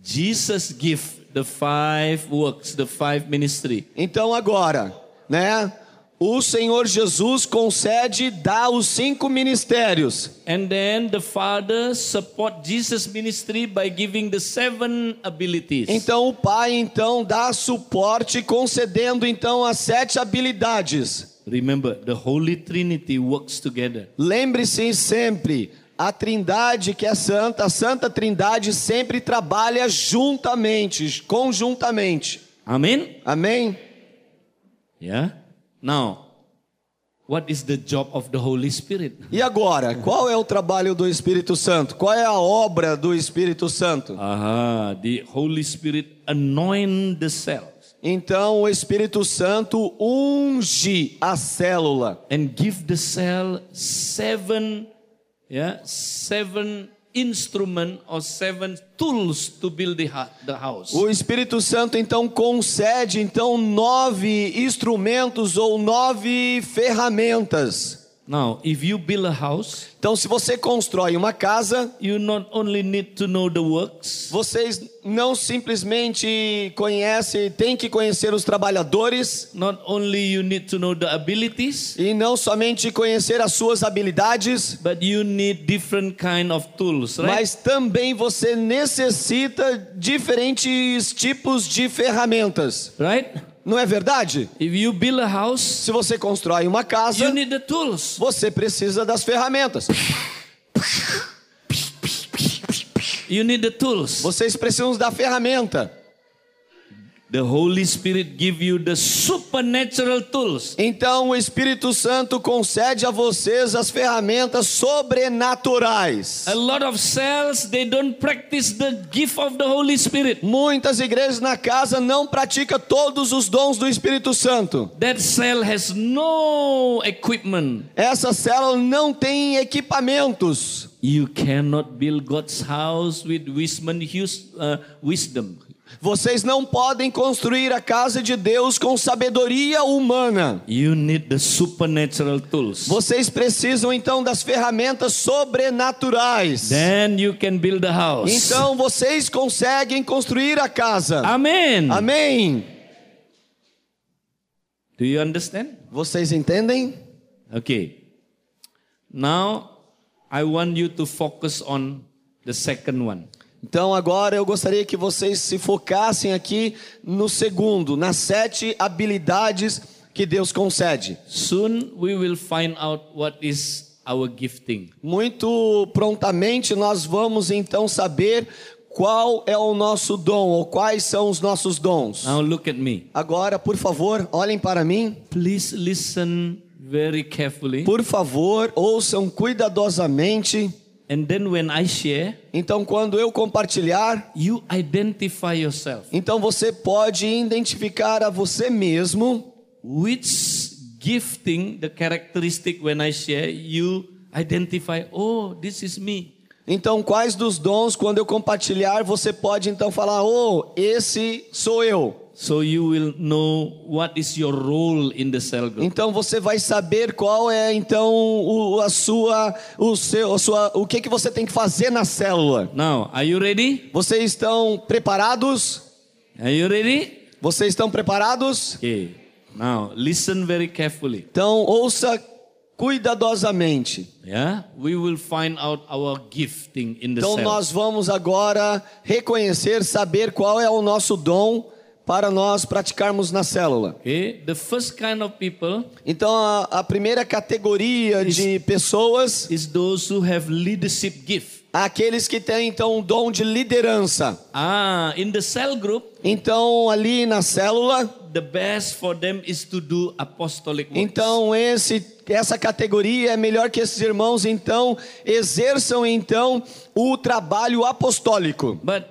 Jesus give the five works, the five ministry.
Então agora, né? O Senhor Jesus concede e dá os cinco ministérios.
And then the Father support Jesus ministry by giving the seven abilities.
Então o Pai então dá suporte concedendo então as sete habilidades.
Remember, the Holy Trinity works together.
Lembre-se sempre, a Trindade que é santa, a Santa Trindade sempre trabalha juntamente, conjuntamente.
Amen.
Amém?
Yeah. Now, what is the job of the Holy Spirit?
E agora, qual é o trabalho do Espírito Santo? Qual é a obra do Espírito Santo?
Aha, the Holy Spirit anoint the cells
Então, o Espírito Santo unge a célula
and give the cell seven, yeah, seven instrument or seven tools to build the, hu- the house.
O Espírito Santo então concede então nove instrumentos ou nove ferramentas.
Now, if you build a house,
Então, se você constrói uma casa,
you not only need to know the works,
Vocês não simplesmente conhecem, têm que conhecer os trabalhadores
not only you need to know the abilities,
e não somente conhecer as suas habilidades,
but you need different kind of tools, right?
mas também você necessita diferentes tipos de ferramentas.
Right?
Não é verdade?
If you build a house,
Se você constrói uma
you
casa,
need the tools.
você precisa das ferramentas.
You need the tools.
Vocês precisam da ferramenta.
The Holy Spirit give you the supernatural tools
Então o Espírito Santo concede a vocês as ferramentas sobrenaturais.
A lot of cells, they don't practice the gift of the Holy Spirit.
Muitas igrejas na casa não praticam todos os dons do Espírito Santo.
That cell has no equipment.
Essa célula não tem equipamentos.
You cannot build God's house with wisdom. hus- uh, wisdom.
Vocês não podem construir a casa de Deus com sabedoria humana.
You need the supernatural tools.
Vocês precisam então das ferramentas sobrenaturais.
Then you can build the house.
Então vocês conseguem construir a casa.
Amen.
Amém.
Do you understand?
Vocês entendem?
Okay. Now I want you to focus on the second one.
Então agora eu gostaria que vocês se focassem aqui no segundo, nas sete habilidades que Deus concede.
Soon we will find out what is our gifting.
Muito prontamente nós vamos então saber qual é o nosso dom ou quais são os nossos dons.
Now look at me.
Agora, por favor, olhem para mim.
Please listen very carefully.
Por favor, ouçam cuidadosamente.
And then when I share,
Então, quando eu compartilhar,
you identify yourself.
então você pode identificar a você mesmo
Which gifting, the characteristic when I share, you identify, oh, this is me.
Então, quais dos dons, quando eu compartilhar, você pode então falar: Oh, esse sou eu.
So you will know what is your role in the cell group.
Então, você vai saber qual é então o, a sua, o seu, a sua, o que que você tem que fazer na célula.
Now, are you ready?
Vocês estão preparados?
Are you ready?
Vocês estão preparados?
Okay. Now, listen very carefully.
Então, ouça cuidadosamente.
Yeah? We will find out our gifting in the
Então,
cell.
nós vamos agora reconhecer, saber qual é o nosso dom para nós praticarmos na célula.
Okay? The first kind of people
Então, a, a primeira categoria de pessoas,
is those who have leadership gift.
aqueles que têm então um dom de liderança.
Ah, in the cell group,
Então, ali na célula,
the best for them is to do apostolic work.
então esse essa categoria é melhor que esses irmãos então exerçam então o trabalho apostólico.
But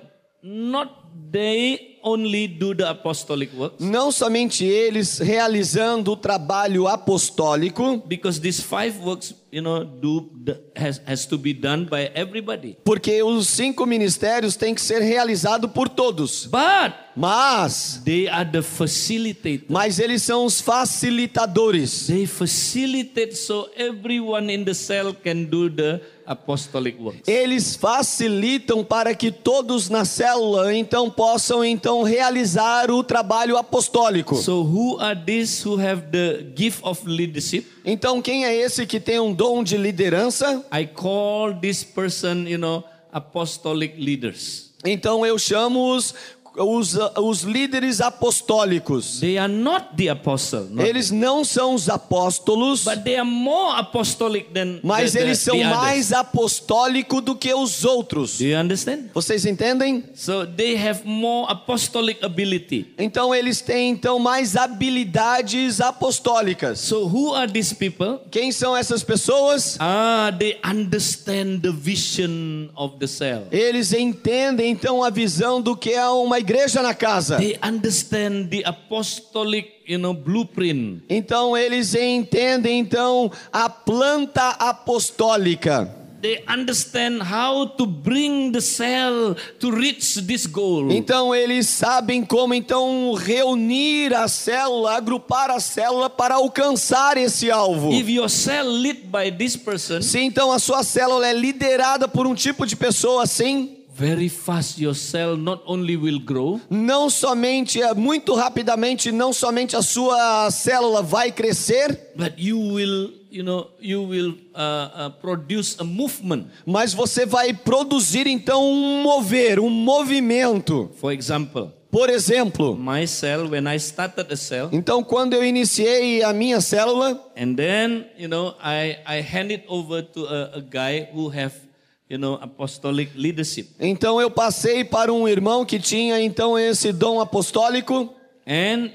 not they only do the apostolic work
Não somente eles realizando o trabalho apostólico,
because these five works, you know, do the, has has to be done by everybody.
porque os cinco ministérios têm que ser realizado por todos.
But
Mas
they are the facilitator.
mas eles são os facilitadores.
They facilitate so everyone in the cell can do the apostolic work.
Eles facilitam para que todos na célula então possam então realizar o trabalho apostólico.
So who are these who have the gift of leadership?
Então quem é esse que tem um dom de liderança?
I call this person, you know, apostolic leaders.
Então eu chamo os os, os líderes apostólicos.
They are not the apostle, not
Eles não são os apóstolos,
But they are more apostolic than
mas
the, the-
eles são
the others.
mais apostólicos do que os outros.
Do you understand?
Vocês entendem?
So they have more apostolic ability.
Então eles têm então mais habilidades apostólicas.
So who are these people?
Quem são essas pessoas?
Ah, they understand the vision of the cell.
Eles entendem então a visão do que é uma igreja na casa.
They understand the apostolic, you know, blueprint.
Então eles entendem então a planta apostólica.
They understand how to bring the cell to reach this goal.
Então eles sabem como então reunir a célula, agrupar a célula para alcançar esse alvo.
If your cell led by this person,
Se então a sua célula é liderada por um tipo de pessoa assim,
very fast your cell not only will grow,
não somente é, muito rapidamente, não somente a sua célula vai crescer,
But you will, you know, you will uh, uh, produce a movement.
mas você vai produzir então um mover, um movimento.
For example,
Por exemplo,
my cell, when I started a cell,
então quando eu iniciei a minha célula,
and then, you know, I, I hand it over to a, a guy who have, you know, apostolic leadership.
Então eu passei para um irmão que tinha então esse dom apostólico.
And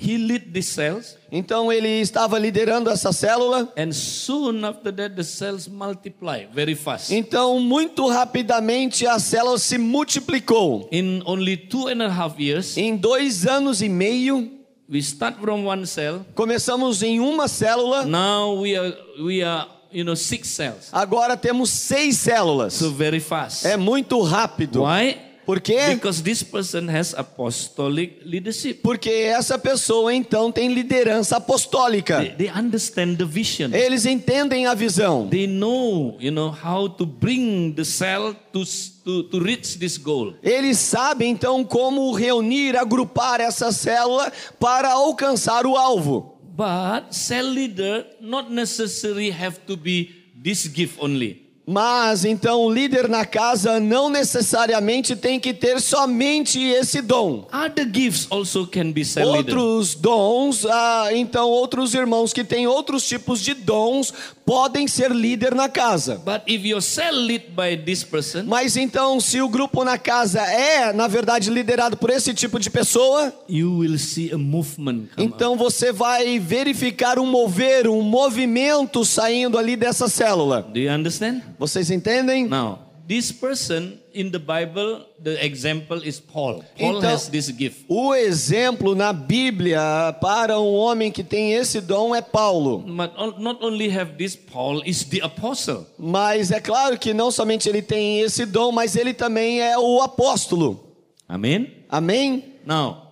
he lead the cells.
Então ele estava liderando essa célula.
And soon after that, the cells multiply very fast.
Então muito rapidamente a célula se multiplicou.
In only two and a half years,
Em dois anos e meio
we start from one cell.
começamos em uma célula.
Now we are, we are, you know, six cells.
Agora temos seis células.
So very fast.
É muito rápido.
Why?
Por quê?
Because this person has apostolic leadership.
Porque essa pessoa então tem liderança
They,
apostólica.
they understand the vision.
Eles entendem a visão.
They know, you know, how to bring the cell to, s- to, to reach this goal.
Eles sabem então como reunir, agrupar essa célula para alcançar o alvo.
But cell leader not necessarily have to be this gift only.
Mas então o líder na casa não necessariamente tem que ter somente esse dom.
Other gifts also can be cell leader.
Outros dons, ah, então outros irmãos que têm outros tipos de dons podem ser líder na casa.
But if your cell lead by this person,
Mas então, se o grupo na casa é, na verdade, liderado por esse tipo de pessoa,
you will see a movement come up.
então você vai verificar um mover, um movimento saindo ali dessa célula.
Do you understand?
Vocês entendem?
Now, this person in the Bible, the example is Paul. Paul
Então-
has this gift.
O exemplo na Bíblia para um homem que tem esse dom é Paulo.
But on- not only have this Paul is the apostle.
Mas é claro que não somente ele tem esse dom, mas ele também é o apóstolo.
Amen.
Amém?
Now,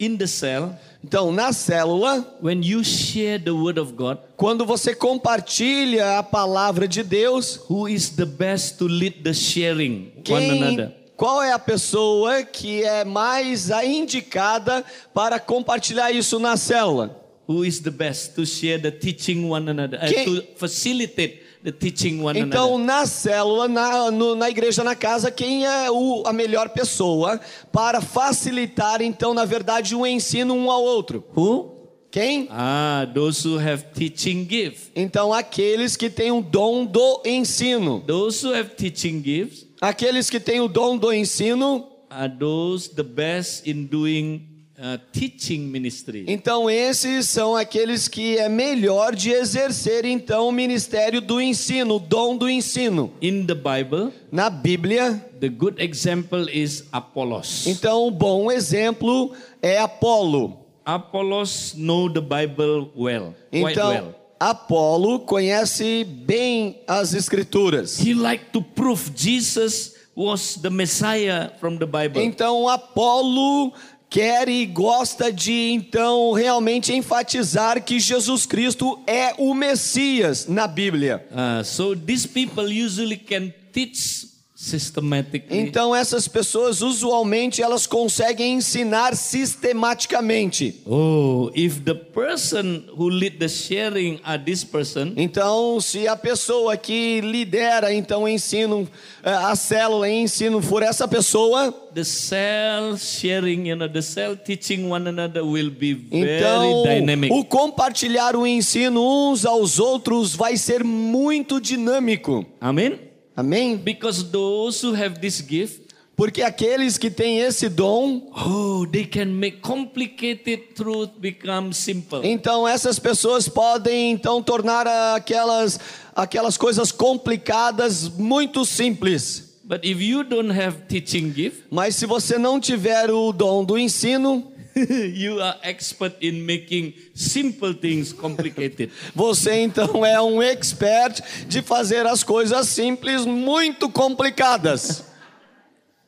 in the cell,
Então, na célula,
when you share the word of God,
quando você compartilha a palavra de Deus,
who is the best to lead the sharing one another?
Quem, qual é a pessoa que é mais a indicada para compartilhar isso na célula?
Who is the best to share the teaching one another, uh,
Quem-
to facilitate the teaching one
Então,
another?
na célula, na, no- na igreja, na casa, quem é o- a melhor pessoa para facilitar, então, na verdade, um ensino um ao outro?
Who?
Quem?
Ah, those who have teaching gift.
Então, aqueles que têm o dom do ensino.
Those who have teaching gifts
Aqueles que têm o dom do ensino,
are those the best in doing uh, teaching ministry.
então, esses são aqueles que é melhor de exercer, então, o ministério do ensino, o dom do ensino.
In the Bible,
na Bíblia.
the good example is Apollos.
Então, um bom exemplo é Apolo.
Apollos know the Bible well, quite
Então,
well.
Apolo conhece bem as escrituras.
He liked to prove Jesus was the Messiah from the Bible.
Então, Apolo quer e gosta de então realmente enfatizar que Jesus Cristo é o Messias na Bíblia.
Uh, so these people usually can teach systematically.
Então essas pessoas usualmente elas conseguem ensinar sistematicamente.
oh, if the person who lead the sharing are this person,
Então, se a pessoa que lidera, então ensino eh, a célula e ensino for essa pessoa,
the cell sharing, you know, the cell teaching one another will be very
então
dynamic.
o compartilhar o ensino uns aos outros vai ser muito dinâmico.
Amen.
Amém?
Because those who have this gift,
Porque aqueles que têm esse dom,
oh, they can make complicated truth become simple.
então essas pessoas podem então tornar aquelas aquelas coisas complicadas muito simples.
But if you don't have teaching gift,
Mas se você não tiver o dom do ensino,
you are expert in making simple things complicated.
Você então é um expert de fazer as coisas simples muito complicadas.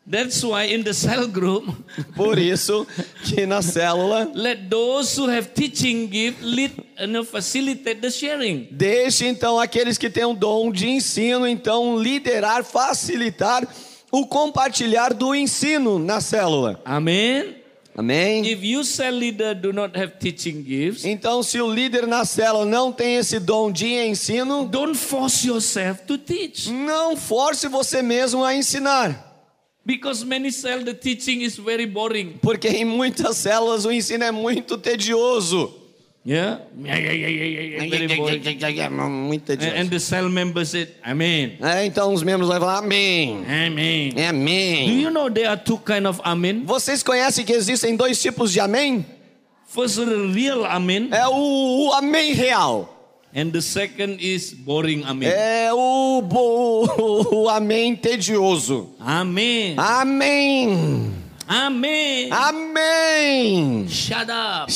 That's why in the cell group,
Por isso que na célula,
let those who have teaching give lead and facilitate the sharing.
deixe então aqueles que têm o dom de ensino, então liderar, facilitar o compartilhar do ensino na célula.
Amen.
Amém?
If you cell leader do not have teaching gifts,
Então, se o líder na célula não tem esse dom de ensino,
don't force yourself to teach
não force você mesmo a ensinar,
because many cell the teaching is very boring.
porque em muitas células o ensino é muito tedioso.
Yeah. Yeah, yeah, yeah, yeah,
É
yeah, yeah. Very boring.
Muita
And, and
gente.
the cell member said, Amen.
É, então os membros vão falar amém.
Amen.
É,
Do
Amém.
you know there are two kind of amen?
Vocês conhecem que existem dois tipos de amém?
First real amen,
É o, o amém real.
and the second is boring amen.
É o, bo- o amém tedioso.
Amen.
Ah. Amém.
Amen.
Ah. Amém.
Shut up.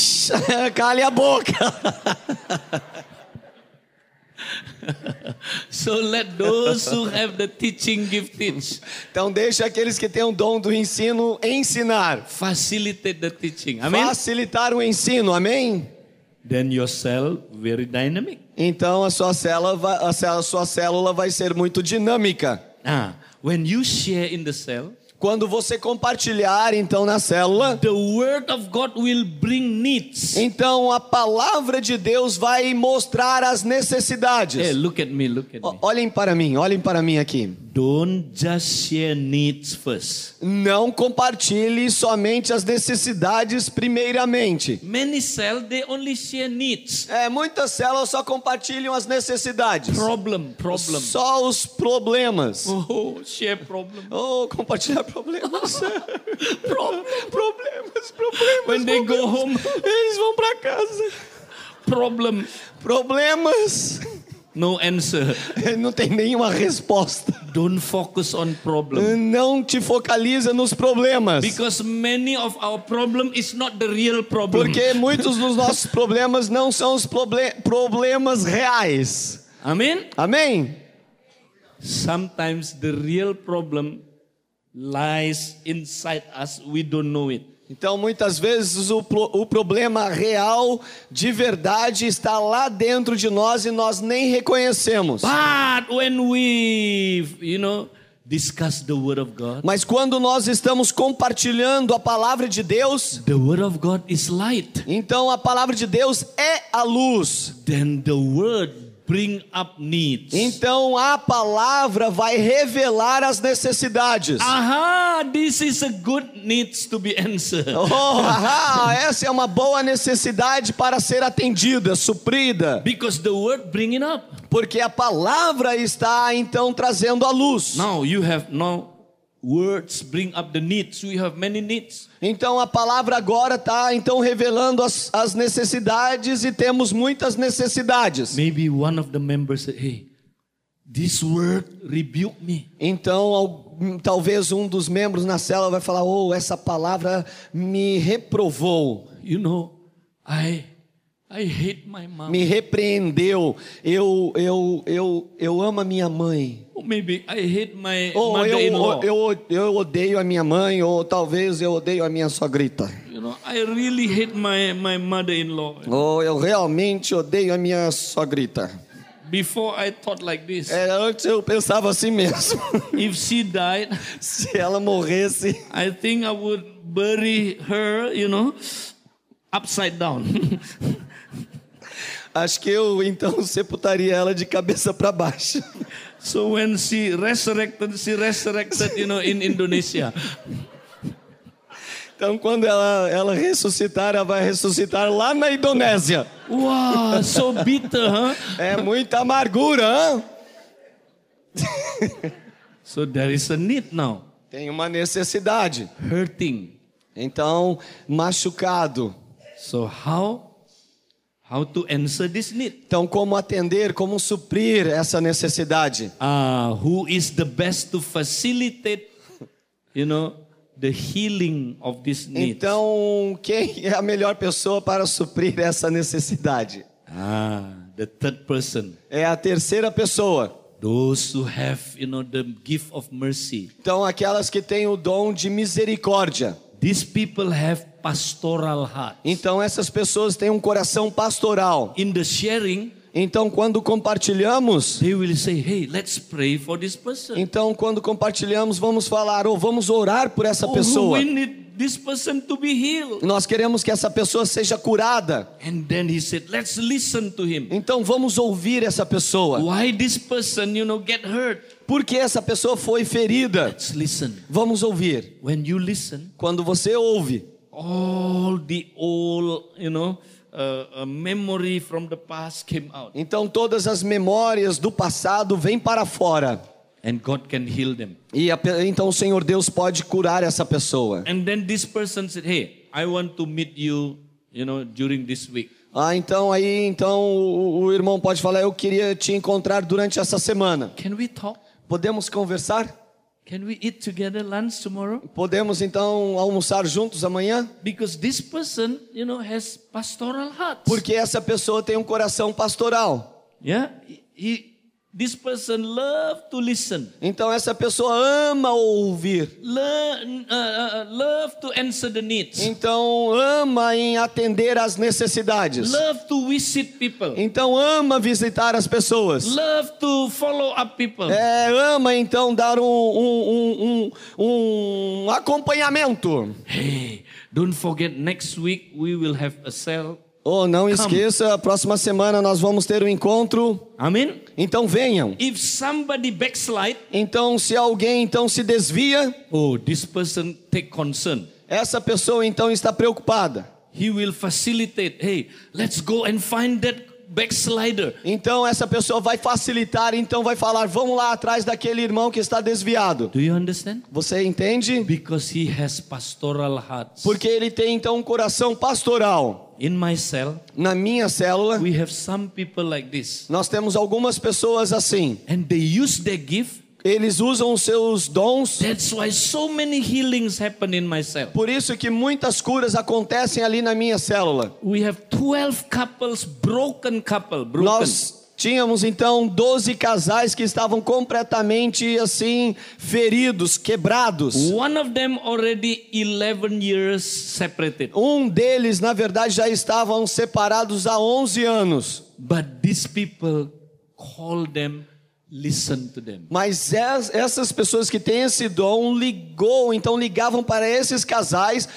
Cale a boca.
So let those who have the teaching give teach.
Então deixa aqueles que têm o dom do ensino ensinar.
Facilitate the teaching. Amen.
Facilitar o ensino, amém?
Then your cell very dynamic.
Então a sua célula vai, a cé- a sua célula vai ser muito dinâmica.
Ah, when you share in the cell,
Quando você compartilhar então na célula,
the word of God will bring needs.
então a palavra de Deus vai mostrar as
Hey,
necessidades.
look at me, look at
O-
me.
Olhem para mim, olhem para mim aqui.
Don't just share needs first.
Não compartilhe somente as necessidades primeiramente.
Many cells they only share needs.
É, muitas células só compartilham as necessidades.
Problem, problem.
Só os problemas.
Oh, share problem.
Oh, compartilhar problemas.
Pro-
problemas, problemas.
When they go home,
Eles vão pra casa.
problem,
Problemas.
no answer.
Não tem nenhuma resposta.
Don't focus on
Eh.
problem.
Não te focaliza nos problemas.
Because many of our problem is not the real problem.
Porque muitos dos nossos problemas não são os proble- problemas reais.
Amen.
Amém?
Sometimes the real problem lies inside us. We don't know it.
Então, muitas vezes, o, pro- o problema real, de verdade, está lá dentro de nós e nós nem reconhecemos.
But when we, you know, discuss the word of God,
Mas quando nós estamos compartilhando a palavra de Deus,
the word of God is light.
então a palavra de Deus é a luz.
Then the word bring up needs.
Eh? Então a palavra vai revelar as necessidades.
Aha, this is a good needs to be answered.
Oh, haha, essa é uma boa necessidade para ser atendida, suprida,
Because the word bring it up.
porque a palavra está então trazendo a luz.
Now you have now words bring up the needs. We have many needs.
Então a palavra agora está então revelando as, as necessidades e temos muitas necessidades.
Maybe one of the members said, Hey, this word rebuke me.
Então, al- hum, talvez um dos membros na cela vai falar: "Oh, essa palavra me reprovou,
You know, I I hate my mom.
me repreendeu. Eu eu eu eu amo a minha mãe.
Or maybe I hate my
Ou eu,
mother-in-law.
eu eu odeio a minha mãe ou talvez eu odeio a minha sogrita.
You know, I really hate my, my mother-in-law.
Ou eu realmente odeio a minha sogrita.
Before I thought like this.
É, antes eu pensava assim mesmo.
If she died,
Se ela morresse,
I think I would bury her, you know, upside down.
acho que eu então sepultaria ela de cabeça para baixo.
so when she resurrected, she resurrected, you know, in Indonesia.
Então, quando ela, ela ressuscitar, ela vai ressuscitar lá na Indonésia.
Wow, so bitter, huh?
É muita amargura, hã?
So there is a need now.
Tem uma necessidade.
Hurting.
Então, machucado.
So how how to answer this need?
Então, como atender, como suprir essa necessidade?
Uh, who is the best to facilitate, you know, the healing of this need?
Então, quem é a melhor pessoa para suprir essa necessidade?
Ah, the third person.
É a terceira pessoa.
Those who have, you know, the gift of mercy.
Então, aquelas que têm o dom de misericórdia.
These people have pastoral heart.
Então, essas pessoas têm um coração pastoral.
In the sharing,
Então, quando compartilhamos,
they will say, "Hey, let's pray for this person."
Então, quando compartilhamos, vamos falar ou vamos orar por essa
Oh,
pessoa.
we need this person to be healed.
Nós queremos que essa pessoa seja curada.
And then he said, "Let's listen to him."
Então, vamos ouvir essa pessoa.
Why this person, you know, get hurt?
Por que essa pessoa foi ferida?
Let's listen.
Vamos ouvir.
When you listen,
Quando você ouve,
all the old, you know, uh, a memory from the past came out,
Então todas as memórias do passado vêm para fora.
and God can heal them.
E a pe- então o Senhor Deus pode curar essa pessoa.
And then this person said, "Hey, I want to meet you, you know, during this week."
Ah, então aí então o, o irmão pode falar: "Eu queria te encontrar durante essa semana.
Can we talk?
Podemos conversar?
Can we eat together lunch tomorrow?
Podemos então almoçar juntos amanhã?"
Because this person, you know, has pastoral heart.
Porque essa pessoa tem um coração pastoral.
Yeah, he, he- this person love to listen,
Então essa pessoa ama ouvir.
learn, uh, uh, uh, love to answer the needs,
Então ama em atender às necessidades.
love to visit people,
Então ama visitar as pessoas.
love to follow up people.
É, ama então dar um, um, um, um, um acompanhamento.
Hey, don't forget next week we will have a cell.
Oh, não esqueça, próxima semana nós vamos ter um encontro.
Amen.
Então venham.
If somebody backslide,
Então se alguém então se desvia,
oh, this person take concern.
essa pessoa então está preocupada.
He will facilitate. Hey, let's go and find that backslider.
Então essa pessoa vai facilitar, então vai falar, vamos lá atrás daquele irmão que está desviado.
Do you understand?
Você entende?
Because he has pastoral hearts.
Porque ele tem então um coração pastoral.
In my cell,
Na minha célula,
we have some people like this
nós temos algumas pessoas assim.
and they use their gift
Eles usam os seus dons
that's why so many healings happen in my cell
Por isso que muitas curas acontecem ali na minha célula.
we have 12 couples broken couple broken
Nós tínhamos então 12 casais que estavam completamente assim feridos, quebrados.
one of them already 11 years separated
Um deles, na verdade, já estavam separados há 11 anos.
but these people call them listen to them
Mas es- essas pessoas que têm esse dom ligou, então ligavam para esses casais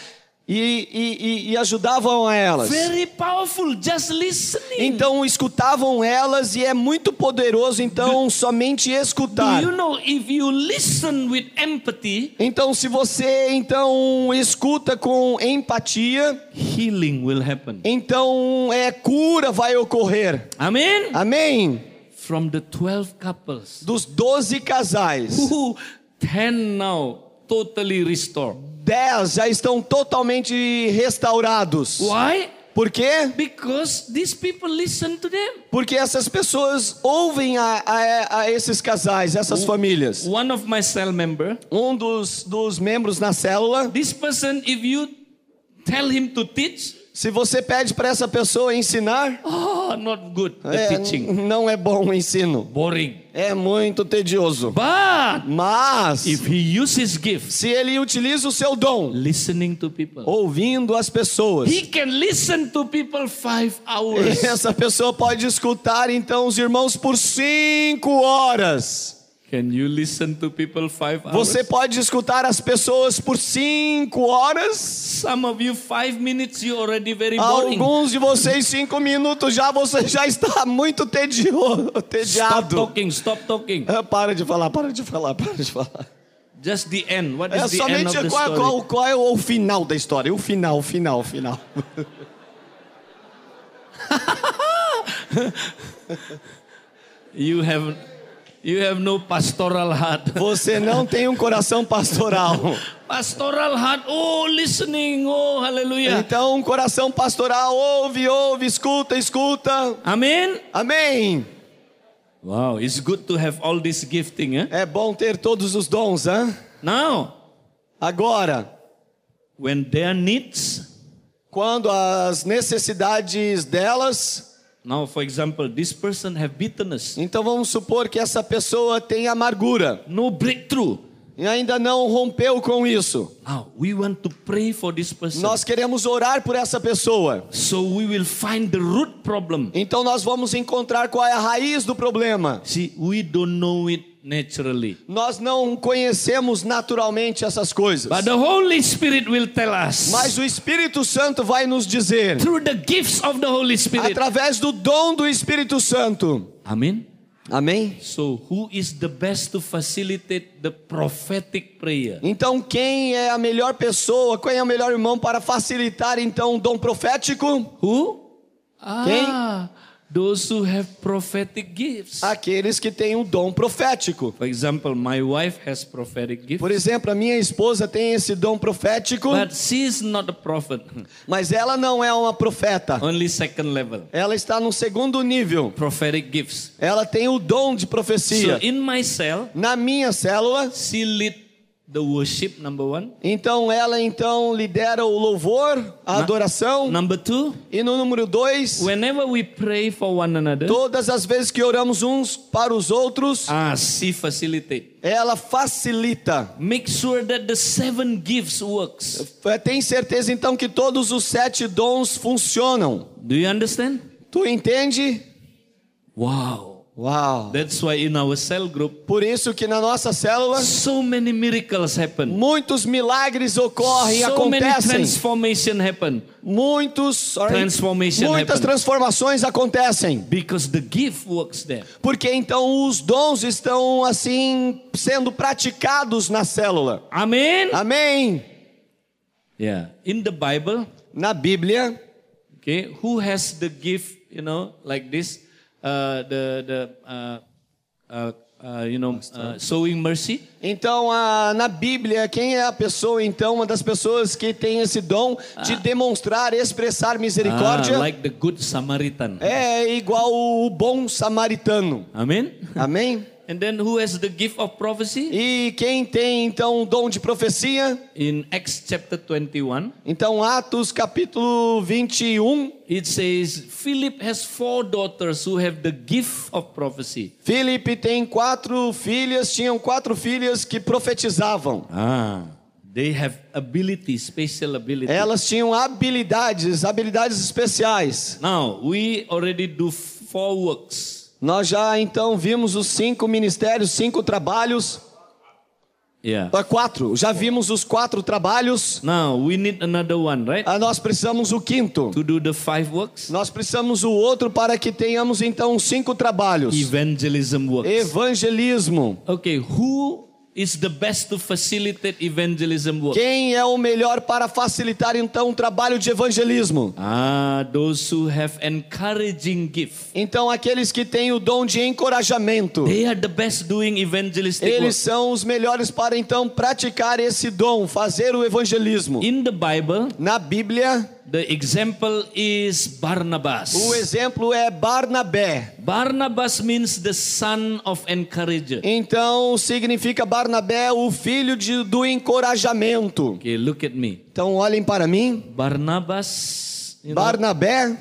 e, e- e- e ajudavam a elas.
very powerful just listening
Então escutavam elas e é muito poderoso então somente escutar.
do you know if you listen with empathy
Então, se você então escuta com empatia,
healing will happen
então é cura vai ocorrer.
amen
Amém?
from the 12 couples
Dos 12 casais,
Who ten now totally restored.
10 já estão totalmente restaurados.
Why?
Por quê?
Because these people listen to them.
Porque essas pessoas ouvem a, a- a esses casais, essas famílias.
One of my cell member,
Um dos, dos membros na célula,
this person, if you tell him to teach,
se você pede para essa pessoa ensinar,
oh, not good the
é,
teaching,
não é bom o ensino.
boring.
É muito tedioso.
But
Mas.
if he uses gifts,
se ele utiliza o seu dom,
listening to
Oh.
people,
ouvindo as pessoas.
he can listen to people five hours.
Essa pessoa pode escutar então os irmãos por cinco horas.
Can you listen to people five hours?
Você pode escutar as pessoas por cinco horas.
Some of you five minutes, you already very boring.
Alguns de vocês cinco minutos já você já está muito tedio,
Stop
tediado.
talking. Stop talking.
Ah, para de falar, para de falar, para de falar.
Just the end. What is
É
the end of
somente
the
qual,
story?
qual, qual é o final da história? O final, o final, o final.
You have, you have no pastoral heart.
Você não tem um coração pastoral.
pastoral heart. Oh, listening. Oh, hallelujah.
Então, um coração pastoral, ouve, ouve, escuta, escuta.
Amen.
Amém.
Wow, it's good to have all this gifting. Eh?
É bom ter todos os dons, hã?
Now,
Agora,
when their needs,
quando as necessidades delas,
now for example, this person have bitterness,
então vamos supor que essa pessoa tem amargura
no breakthrough.
e ainda não rompeu com isso.
Now we want to pray for this person.
Nós queremos orar por essa pessoa.
So we will find the root problem.
Então nós vamos encontrar qual é a raiz do problema.
See, we don't know it naturally.
Nós não conhecemos naturalmente essas coisas.
But the Holy Spirit will tell us.
Mas o Espírito Santo vai nos dizer.
through the gifts of the Holy Spirit.
através do dom do Espírito Santo.
Amen.
Amém?
So, who is the best to facilitate the prophetic prayer?
Então, quem é a melhor pessoa, quem é o melhor irmão para facilitar então o dom profético?
Who? Ah, those who have prophetic gifts.
Aqueles que têm o dom profético.
For example, my wife has prophetic gifts,
Por exemplo, a minha esposa tem esse dom profético,
but she is not a prophet.
mas ela não é uma profeta.
Only second level
Ela está no segundo nível.
prophetic gifts.
Ela tem o dom de
So
profecia.
in my cell,
Na minha célula,
she lead the worship number one.
então ela então lidera o louvor, a adoração.
Number two,
E no número dois,
whenever we pray for one another,
todas as vezes que oramos uns para os outros,
É? ah, she facilitate.
ela facilita.
Make sure that the seven gifts works.
É, Tem certeza então que todos os sete dons funcionam.
Do you understand?
Tu entende?
Wow.
Uau!
That's why in our cell group,
Por isso que na nossa célula
so many miracles happen.
muitos milagres ocorrem,
So many
acontecem.
transformation happen
Muitos, sorry,
Transformation
muitas
happen.
transformações acontecem.
because the gift works there.
Porque então os dons estão assim sendo praticados na célula.
Amen.
Amém.
Yeah. In the Bible,
Na Bíblia,
okay, who has the gift, you know, like this, uh, the the uh, uh, uh, you know, uh, sowing mercy.
Então, a- na Bíblia, quem é a pessoa, então, uma das pessoas que tem esse dom de demonstrar, expressar misericórdia?
Ah, like the good Samaritan.
É igual o bom samaritano.
Amen.
Amém?
And then who has the gift of prophecy?
E quem tem, então, o dom de profecia?
In Acts chapter 21,
Então, Atos capítulo 21.
it says Philip has four daughters who have the gift of prophecy.
Filipe tem quatro filhas, tinham quatro filhas que profetizavam.
Ah, they have ability, special ability.
Elas tinham habilidades, habilidades especiais.
Now we already do four works.
Nós já, então, vimos os cinco ministérios, cinco trabalhos.
Yeah.
Ah, Quatro. Já vimos os quatro trabalhos.
Now we need another one, right?
Ah, Nós precisamos o quinto.
To do the five works.
Nós precisamos o outro para que tenhamos então cinco trabalhos.
Evangelism works.
Evangelismo.
Okay, who is the best to facilitate evangelism work?
Quem é o melhor para facilitar então o trabalho de evangelismo?
Ah, those who have encouraging gift.
Então aqueles que têm o dom de encorajamento,
They are the best doing evangelistic
eles são os melhores para então praticar esse dom, fazer o evangelismo.
work. In the Bible,
Na Bíblia,
the example is Barnabas.
o exemplo é Barnabé.
Barnabas means the son of encourager.
Então significa Barnabé o filho de- do encorajamento.
Okay, look at me.
Então olhem para mim.
Barnabas, you know,
Barnabé,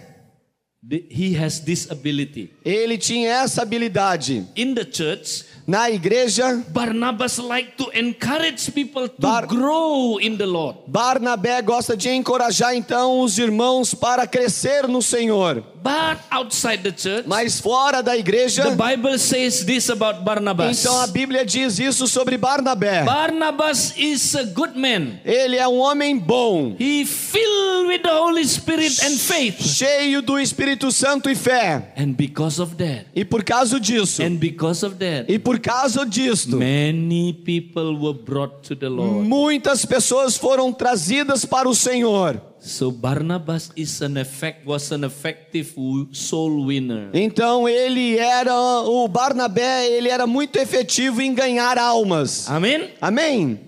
the- he has this ability.
ele tinha essa habilidade.
In the church,
Na igreja,
Barnabas like to encourage people to
Bar-
grow in the Lord.
Barnabé gosta de encorajar então os irmãos para crescer no Senhor.
But outside the church,
Mas fora da igreja,
the Bible says this about Barnabas.
então a Bíblia diz isso sobre Barnabé.
Barnabas is a good man.
Ele é um homem bom,
He filled with the Holy Spirit and faith.
cheio do Espírito Santo e fé.
And because of that,
E por causa disso,
and because of that,
e por causa disto,
many people were brought to the
Mm.
Lord.
muitas pessoas foram trazidas para o Senhor.
So Barnabas is an effect was an effective w- soul winner.
Então ele era o Barnabé, ele era muito efetivo em ganhar almas.
Amen.
Amém.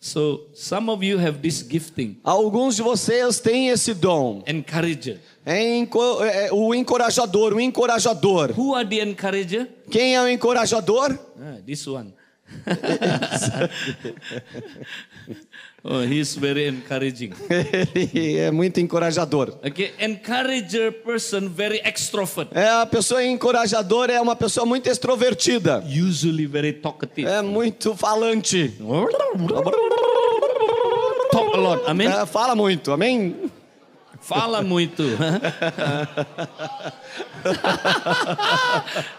So some of you have this gifting,
Alguns de vocês têm esse dom.
encourager.
É enco- é o encorajador, o encorajador.
Who are the encourager?
Quem é o encorajador?
Ah, this one. oh, he's very encouraging.
Ele é muito encorajador.
Okay, encourager person very extrovert,
É a pessoa encorajadora é uma pessoa muito extrovertida.
usually very talkative.
É muito falante.
Talk a lot. Amen.
É, fala muito, amém?
Fala muito.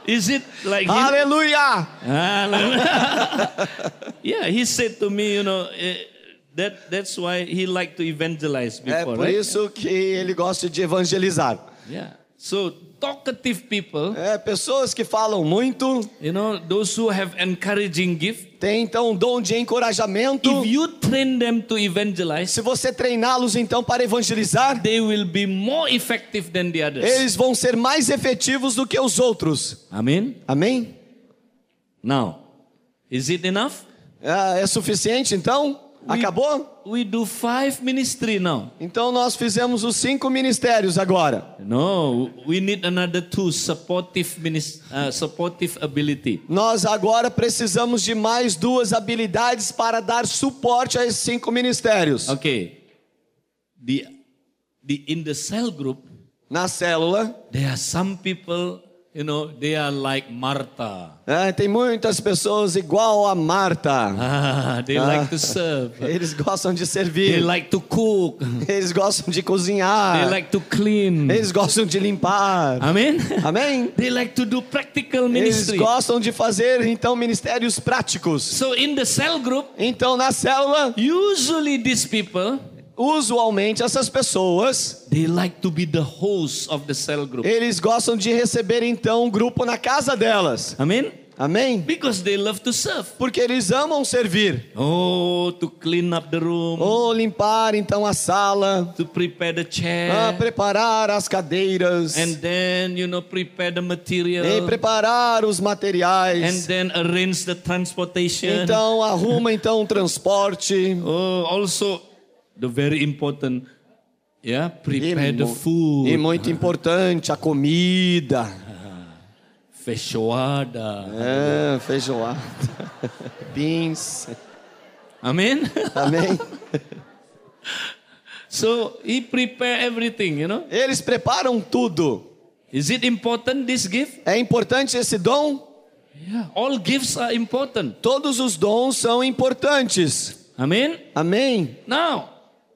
Is it like him?
Aleluia!
Hallelujah. yeah, he said to me, you know, eh, that that's why he liked to evangelize
É
before,
por
right?
isso que ele gosta de evangelizar.
Yeah. So talkative people,
É, pessoas que falam muito,
you know, those who have encouraging gift,
têm então um dom de encorajamento.
if you train them to evangelize,
Se você treiná-los então para evangelizar,
they will be more effective than the others.
eles vão ser mais efetivos do que os outros.
Amen.
Amém?
Now, is it enough?
Ah, É suficiente então? Acabou?
We do five ministry now.
Então nós fizemos os cinco ministérios agora.
No, we need another two supportive minis- uh, supportive ability.
Nós agora precisamos de mais duas habilidades para dar suporte a esses cinco ministérios.
Okay. The the in the cell group
Na célula,
there are some people, you know, they are like Martha.
né, tem muitas pessoas igual a Marta.
Ah, they like to serve.
Eles gostam de
They
servir,
like to cook.
eles gostam de
They
cozinhar,
like to clean.
eles gostam de limpar.
Amen.
Amém?
They like to do practical
Eles
ministry.
gostam de fazer então ministérios práticos.
So in the cell group,
Então na célula,
usually these people
usualmente essas pessoas,
they like to be the host of the cell group.
eles gostam de receber então um grupo na casa delas.
Amen.
Amém?
Because they love to serve.
Porque eles amam servir.
Oh, to clean up the room,
Ou limpar então a sala,
to prepare the chair,
ah, preparar as cadeiras,
É. and then you know prepare the material,
e preparar os
and
materiais.
then arrange the transportation.
Então arruma então o transporte,
oh, also the very important, yeah,
e,
prepare the
mu-
food,
e muito importante, a comida,
feijoada.
é, feijoada, beans,
Amen.
amém?
so he prepare everything. You know,
Eles preparam tudo.
is it important this gift?
É importante esse dom?
Yeah, all gifts are important.
Todos os dons são importantes.
Amen.
Amém?
Now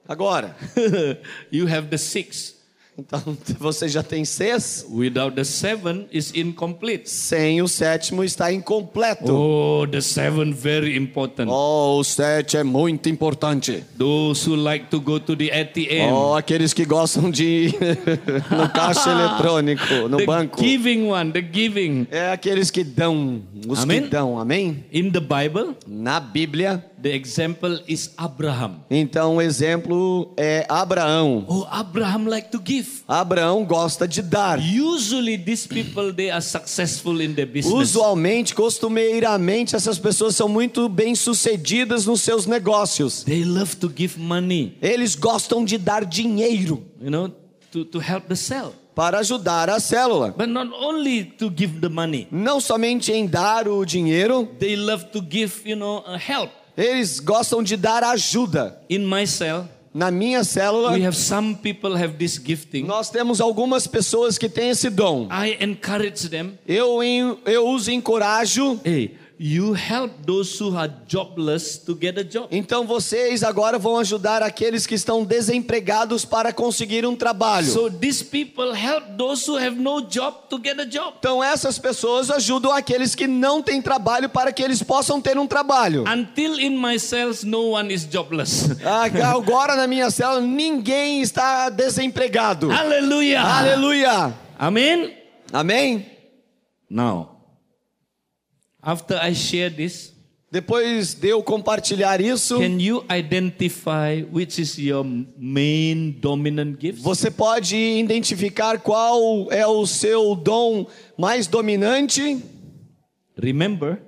Agora,
you have the six.
então você já tem seis?
Without the seven is incomplete.
Sem o sétimo está incompleto.
Oh, the seven very important.
Oh, o sete é muito importante.
Those who like to go to the ATM,
Oh, aqueles que gostam de ir no caixa eletrônico, no
the
banco.
giving one, the giving.
É aqueles que dão, os que
Amém?
dão, amém?
In the Bible,
Na Bíblia,
the example is Abraham.
então o exemplo é Abraão.
Oh, Abraham like to give.
Abraão gosta de dar.
Usually these people they are successful in their business.
Usualmente, costumeiramente, essas pessoas são muito bem-sucedidas nos seus negócios.
They love to give money,
Eles gostam de dar dinheiro
you know, to, to help the cell.
para ajudar a célula.
But not only to give the money,
Não somente em dar o dinheiro,
they love to give, you know, uh, help.
eles gostam de dar ajuda.
In my cell,
Na minha célula,
we have some people have this gifting.
nós temos algumas pessoas que têm esse dom.
I encourage them.
Eu, em- eu os encorajo.
Hey, you help those who are jobless to get a job.
Então vocês agora vão ajudar aqueles que estão desempregados para conseguir um trabalho.
So these people help those who have no job to get a job.
Então essas pessoas ajudam aqueles que não têm trabalho para que eles possam ter um trabalho.
Until in my cells, no one is jobless.
Ah, Agora na minha cela ninguém está desempregado.
Hallelujah.
Aleluia.
Amen.
Amém?
Now, after I share this,
Depois de eu compartilhar isso,
can you identify which is your main dominant gift?
você pode identificar qual é o seu dom mais dominante.
Remember,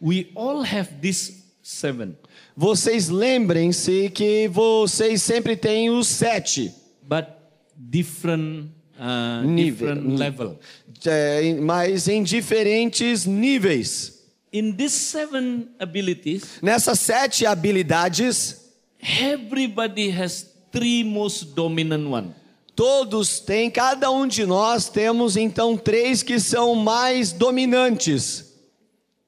we all have these seven,
Vocês lembrem-se que vocês sempre têm os sete.
but different, uh,
Nivel.
different level.
É, em- mas em diferentes níveis.
In these seven abilities,
Nessas sete habilidades,
everybody has three most dominant one.
todos têm, cada um de nós temos então três que são mais dominantes.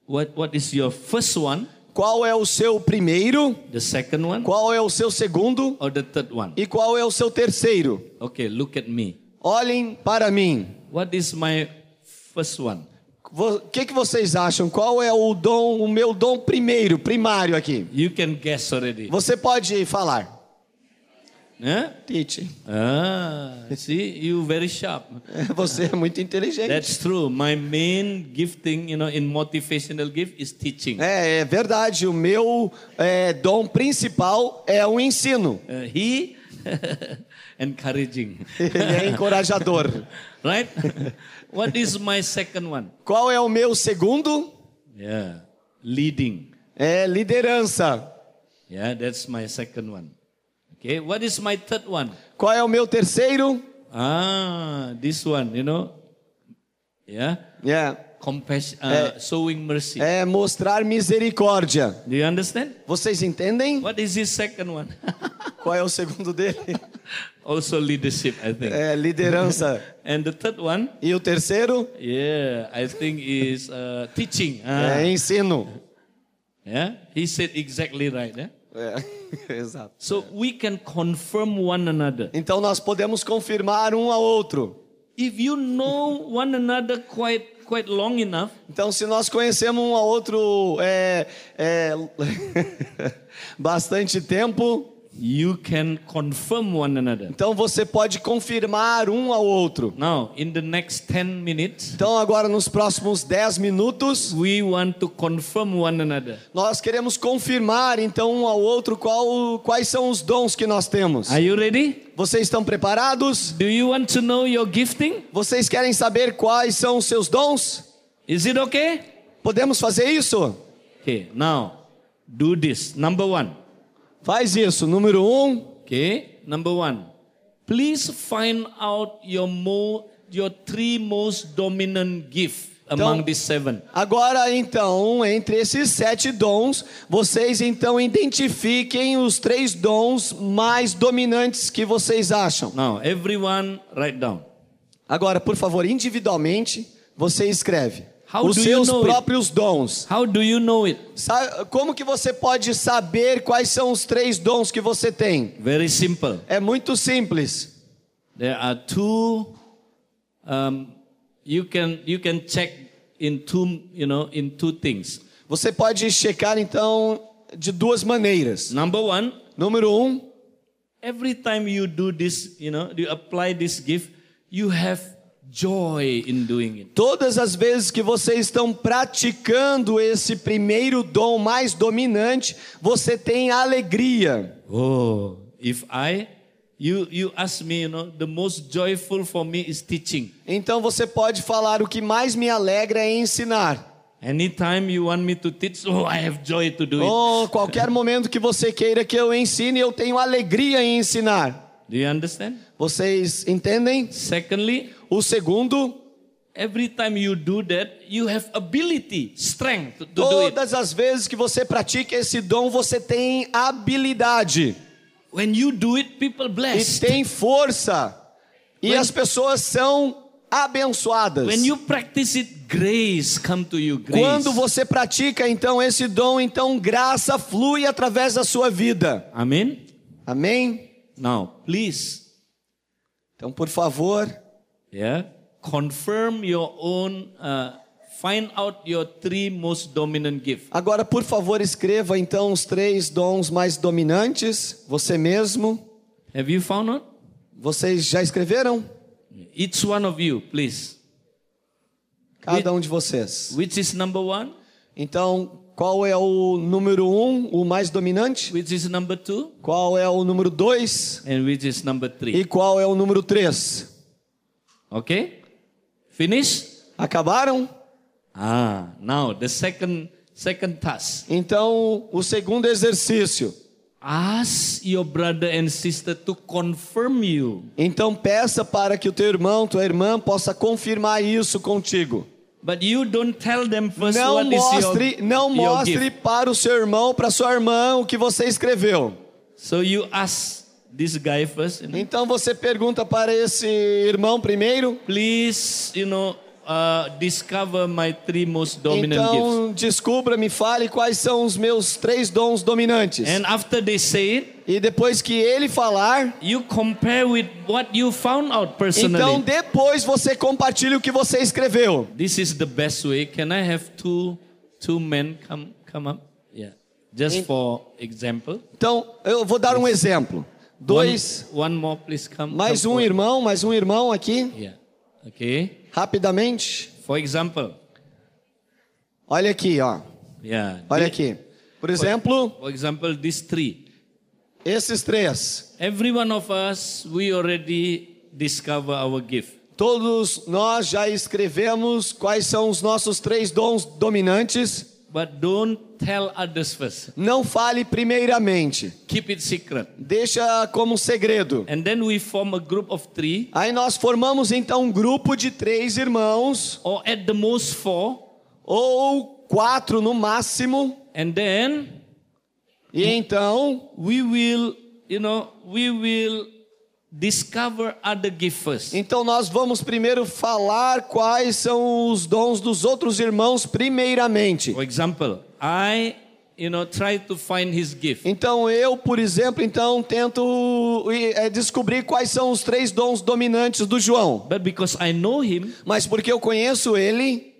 What, what is your first one,
Qual é o seu primeiro?
the second one,
Qual é o seu segundo?
or the third one?
E qual é o seu terceiro?
Okay, look at me.
Olhem para mim.
What is my first one?
O que, que vocês acham? Qual é o dom, o meu dom primeiro, primário aqui?
You can guess already.
Você pode falar.
Huh?
Teach.
Ah, see, you very sharp.
Você é muito inteligente.
That's true. My main gifting, you know, in motivational gift is teaching.
É, é verdade. O meu é, dom principal é o ensino.
Uh, he encouraging.
Ele é encorajador.
right? what is my second one?
Qual é o meu segundo?
Yeah, leading.
É liderança.
Yeah, that's my second one. Okay, what is my third one?
Qual é o meu terceiro?
Ah, this one, you know. Yeah,
É,
compassion, uh, showing mercy.
é mostrar misericórdia.
Do you understand?
Vocês entendem?
What is his second one?
Qual é o segundo dele?
also leadership, I think.
É liderança.
And the third one,
E o terceiro?
yeah, I think is uh, teaching. Ah,
É ensino.
yeah, he said exactly right. Yeah?
É, exato.
So we can confirm one another.
Então nós podemos confirmar um ao outro.
If you know one another quite quite long enough,
Então, se nós conhecemos um ao outro é, é, bastante tempo,
you can confirm one another.
então você pode confirmar um ao outro.
Now, in the next 10 minutes,
Então, agora nos próximos 10 minutos,
we want to confirm one another.
nós queremos confirmar então um ao outro qual, quais são os dons que nós temos.
Are you ready?
Vocês estão preparados?
Do you want to know your gifting?
Vocês querem saber quais são os seus dons?
Is it okay?
Podemos fazer isso?
Okay, now do this. Number 1.
Faz isso. Número um,
Okay, number 1. Please find out your mo your three most dominant gift among these seven.
Agora, então, entre esses sete dons, vocês então identifiquem os três dons mais dominantes que vocês acham.
Now, everyone write down.
Agora, por favor, individualmente, você escreve
How
os
do you
seus
know it?
próprios dons.
How do you know it?
Sa- Como que você pode saber quais são os três dons que você tem?
Very simple.
É muito simples.
There are two. Um, you can you can check in two you know in two things.
Você pode checar então de duas maneiras.
Number one,
Número um,
every time you do this, you know, you apply this gift, you have joy in doing it.
Todas as vezes que vocês estão praticando esse primeiro dom mais dominante, você tem alegria.
Oh, if I, you you ask me, you know, the most joyful for me is teaching.
Então você pode falar o que mais me alegra é ensinar.
Anytime you want me to teach, oh, I have joy to do it.
Ou Oh, qualquer momento que você queira que eu ensine, eu tenho alegria em ensinar.
Do you understand?
Vocês entendem?
Secondly,
O segundo,
Every time you do that, you have ability, strength to do it.
todas as vezes que você pratica esse dom, você tem habilidade
When you do it, people
e
bless.
tem força. E
When-
as pessoas são abençoadas.
When you practice it, grace come to you. Grace.
Quando você pratica então esse dom, então graça flui através da sua vida.
Amen.
Amém?
Now, please,
Então, por favor,
yeah, confirm your own. Uh, find out your three most dominant gift.
agora por favor escreva então os três dons mais dominantes, você mesmo.
Have you found out?
Vocês já escreveram?
Each one of you, please.
Cada um de vocês.
Which is number one?
Então, qual é o número um, o mais dominante?
Which is number two?
Qual é o número dois?
And which is number three?
E qual é o número três?
Okay. Finish.
Acabaram?
Ah, now the second second task.
Então, o segundo exercício.
Ask your brother and sister to confirm you.
Então peça para que o teu irmão, tua irmã possa confirmar isso contigo.
But you don't tell them first
Não
what is your,
mostre, não
your
mostre
gift.
para o seu irmão, para sua irmã o que você escreveu.
So you ask this guy first. you know,
Então você pergunta para esse irmão primeiro.
Please, you know, uh, discover my three most dominant gifts.
Então descubra, me fale quais são os meus três dons dominantes.
And after they say it,
E depois que ele falar,
you compare with what you found out personally.
então depois você compartilha o que você escreveu.
this is the best way. Can I have two two men come come up? Yeah, just for example.
Então eu vou dar um exemplo. Dois.
One, one more, please come.
Mais
come
um
forward.
irmão, mais um irmão aqui,
Yeah. Okay.
rapidamente.
For example,
Olha aqui, ó.
yeah.
Olha
thi-
aqui. Por exemplo,
For example, these three.
esses três.
Every one of us, we already discover our gift.
Todos nós já escrevemos quais são os nossos três dons dominantes.
But don't tell others first.
Não fale primeiramente.
Keep it secret.
Deixa como segredo.
And then we form a group of three,
Aí nós formamos então um grupo de três irmãos,
or at the most four.
ou quatro no máximo,
And then
e então
we will, you know, we will discover other gifts first.
Então nós vamos primeiro falar quais são os dons dos outros irmãos primeiramente.
For example, I, you know, try to find his gift.
Então eu, por exemplo, então tento eh, descobrir quais são os três dons dominantes do João.
But because I know him,
Mas porque eu conheço ele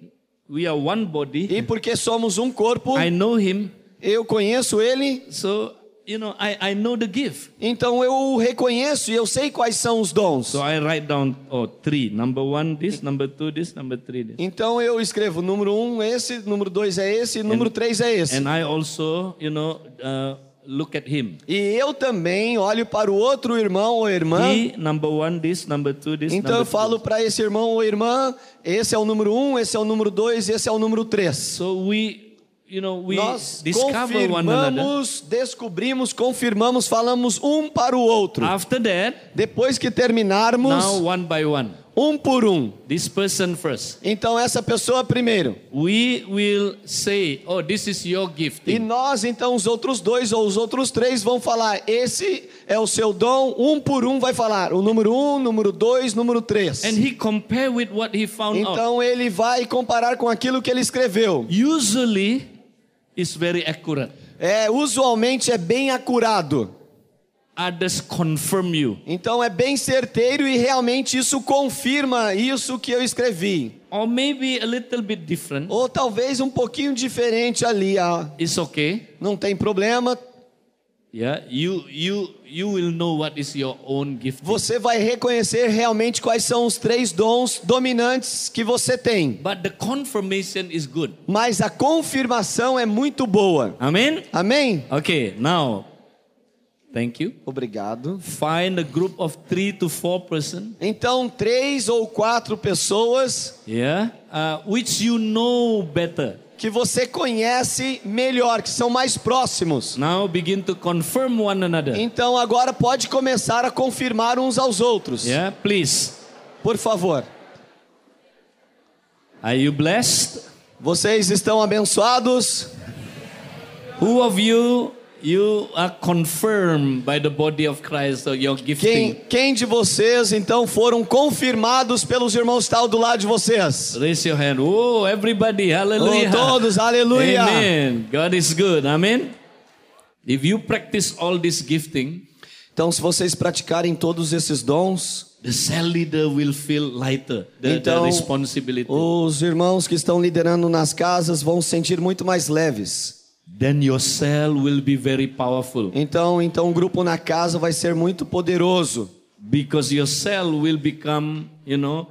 we are one body.
e porque somos um corpo,
I know him,
eu conheço ele,
so you know, I, I know the gift.
então eu o reconheço e eu sei quais são os dons.
So I write down oh three. Number one, this, number two, this, number three, this.
Então eu escrevo número um esse, número dois é esse, número três é esse.
And I also, you know, uh, look at him.
E eu também olho para o outro irmão ou irmã.
He, number one, this, number two, this,
Então eu
number
falo para esse irmão ou irmã, esse é o número um, esse é o número dois, esse é o número três.
So we, you know, we
Nós
discover one another.
confirmamos, descobrimos, confirmamos, falamos um para o outro.
After that,
Depois que
now
terminarmos,
one by one,
um por um.
this person first.
Então essa pessoa primeiro.
We will say, oh, this is your gift.
E nós, então, os outros dois ou os outros três vão falar, esse é o seu dom, um por um vai falar, o número um, número dois, número três.
And he compare with what he found out.
Então ele vai comparar com aquilo que ele escreveu.
Usually, it's very accurate.
É, usualmente é bem acurado.
Others confirm you.
Então é bem certeiro e realmente isso confirma isso que eu escrevi.
Or maybe a little bit different. Oh,
Ou talvez um pouquinho diferente ali, ah,
It's okay.
não tem problema,
Yeah, you you you will know what is your own gift.
você vai reconhecer realmente quais são os três dons dominantes que você tem.
But the confirmation is good.
Mas a confirmação é muito boa.
Amen.
Amém?
Okay, now thank you.
Obrigado.
Find a group of 3 to 4 person,
Então, três ou quatro pessoas
yeah, uh, which you know better.
que você conhece melhor, que são mais próximos.
Now begin to confirm one another.
Então, agora pode começar a confirmar uns aos outros.
Yeah, please.
Por favor.
Are you blessed?
Vocês estão abençoados?
Who of you you are confirmed by the body of Christ or your
Quem,
gifting?
quem de vocês então foram confirmados pelos irmãos que estão do lado de vocês?
Raise your hand. Oh, everybody. Hallelujah.
Oh, todos, aleluia.
Amen. God is good. Amen. If you practice all this gifting,
Então, se vocês praticarem todos esses dons,
the cell leader will feel lighter. The, the
Então,
responsibility.
os irmãos que estão liderando nas casas vão se sentir muito mais leves.
Then your cell will be very powerful
Então, então o grupo na casa vai ser muito poderoso,
because your cell will become, you know,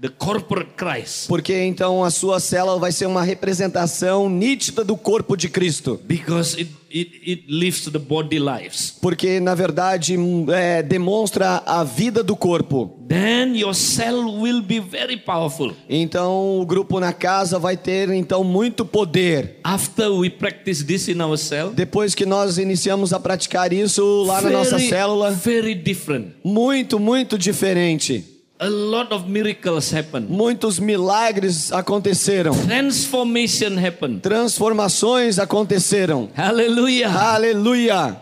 the corporate Christ.
porque então a sua célula vai ser uma representação nítida do corpo de Cristo.
Because it, it, it lives the body lives.
Porque, na verdade, hum, é, demonstra a vida do corpo.
Then your cell will be very powerful.
Então o grupo na casa vai ter então muito poder.
After we practice this in our cell,
Depois que nós iniciamos a praticar isso lá na nossa
Very,
célula,
Very different.
muito, muito diferente.
A lot of miracles happen.
Muitos milagres aconteceram.
Transformation happen.
Transformações aconteceram.
Hallelujah.
Aleluia!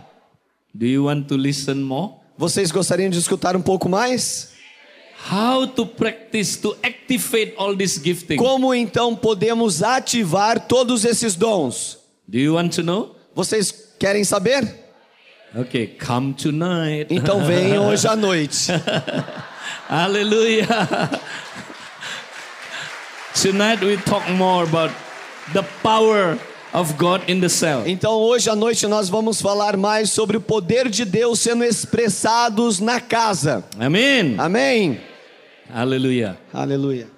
Do you want to listen more?
Vocês gostariam de escutar um pouco mais?
How to practice to activate all this gifting?
Como então podemos ativar todos esses dons?
Do you want to know?
Vocês querem saber?
Okay, come tonight.
Então venham hoje à noite.
Hallelujah. Tonight we talk more about the power of God in the cell.
Então hoje à noite nós vamos falar mais sobre o poder de Deus sendo expressados na casa.
Amen.
Amém.
Hallelujah.
Aleluia.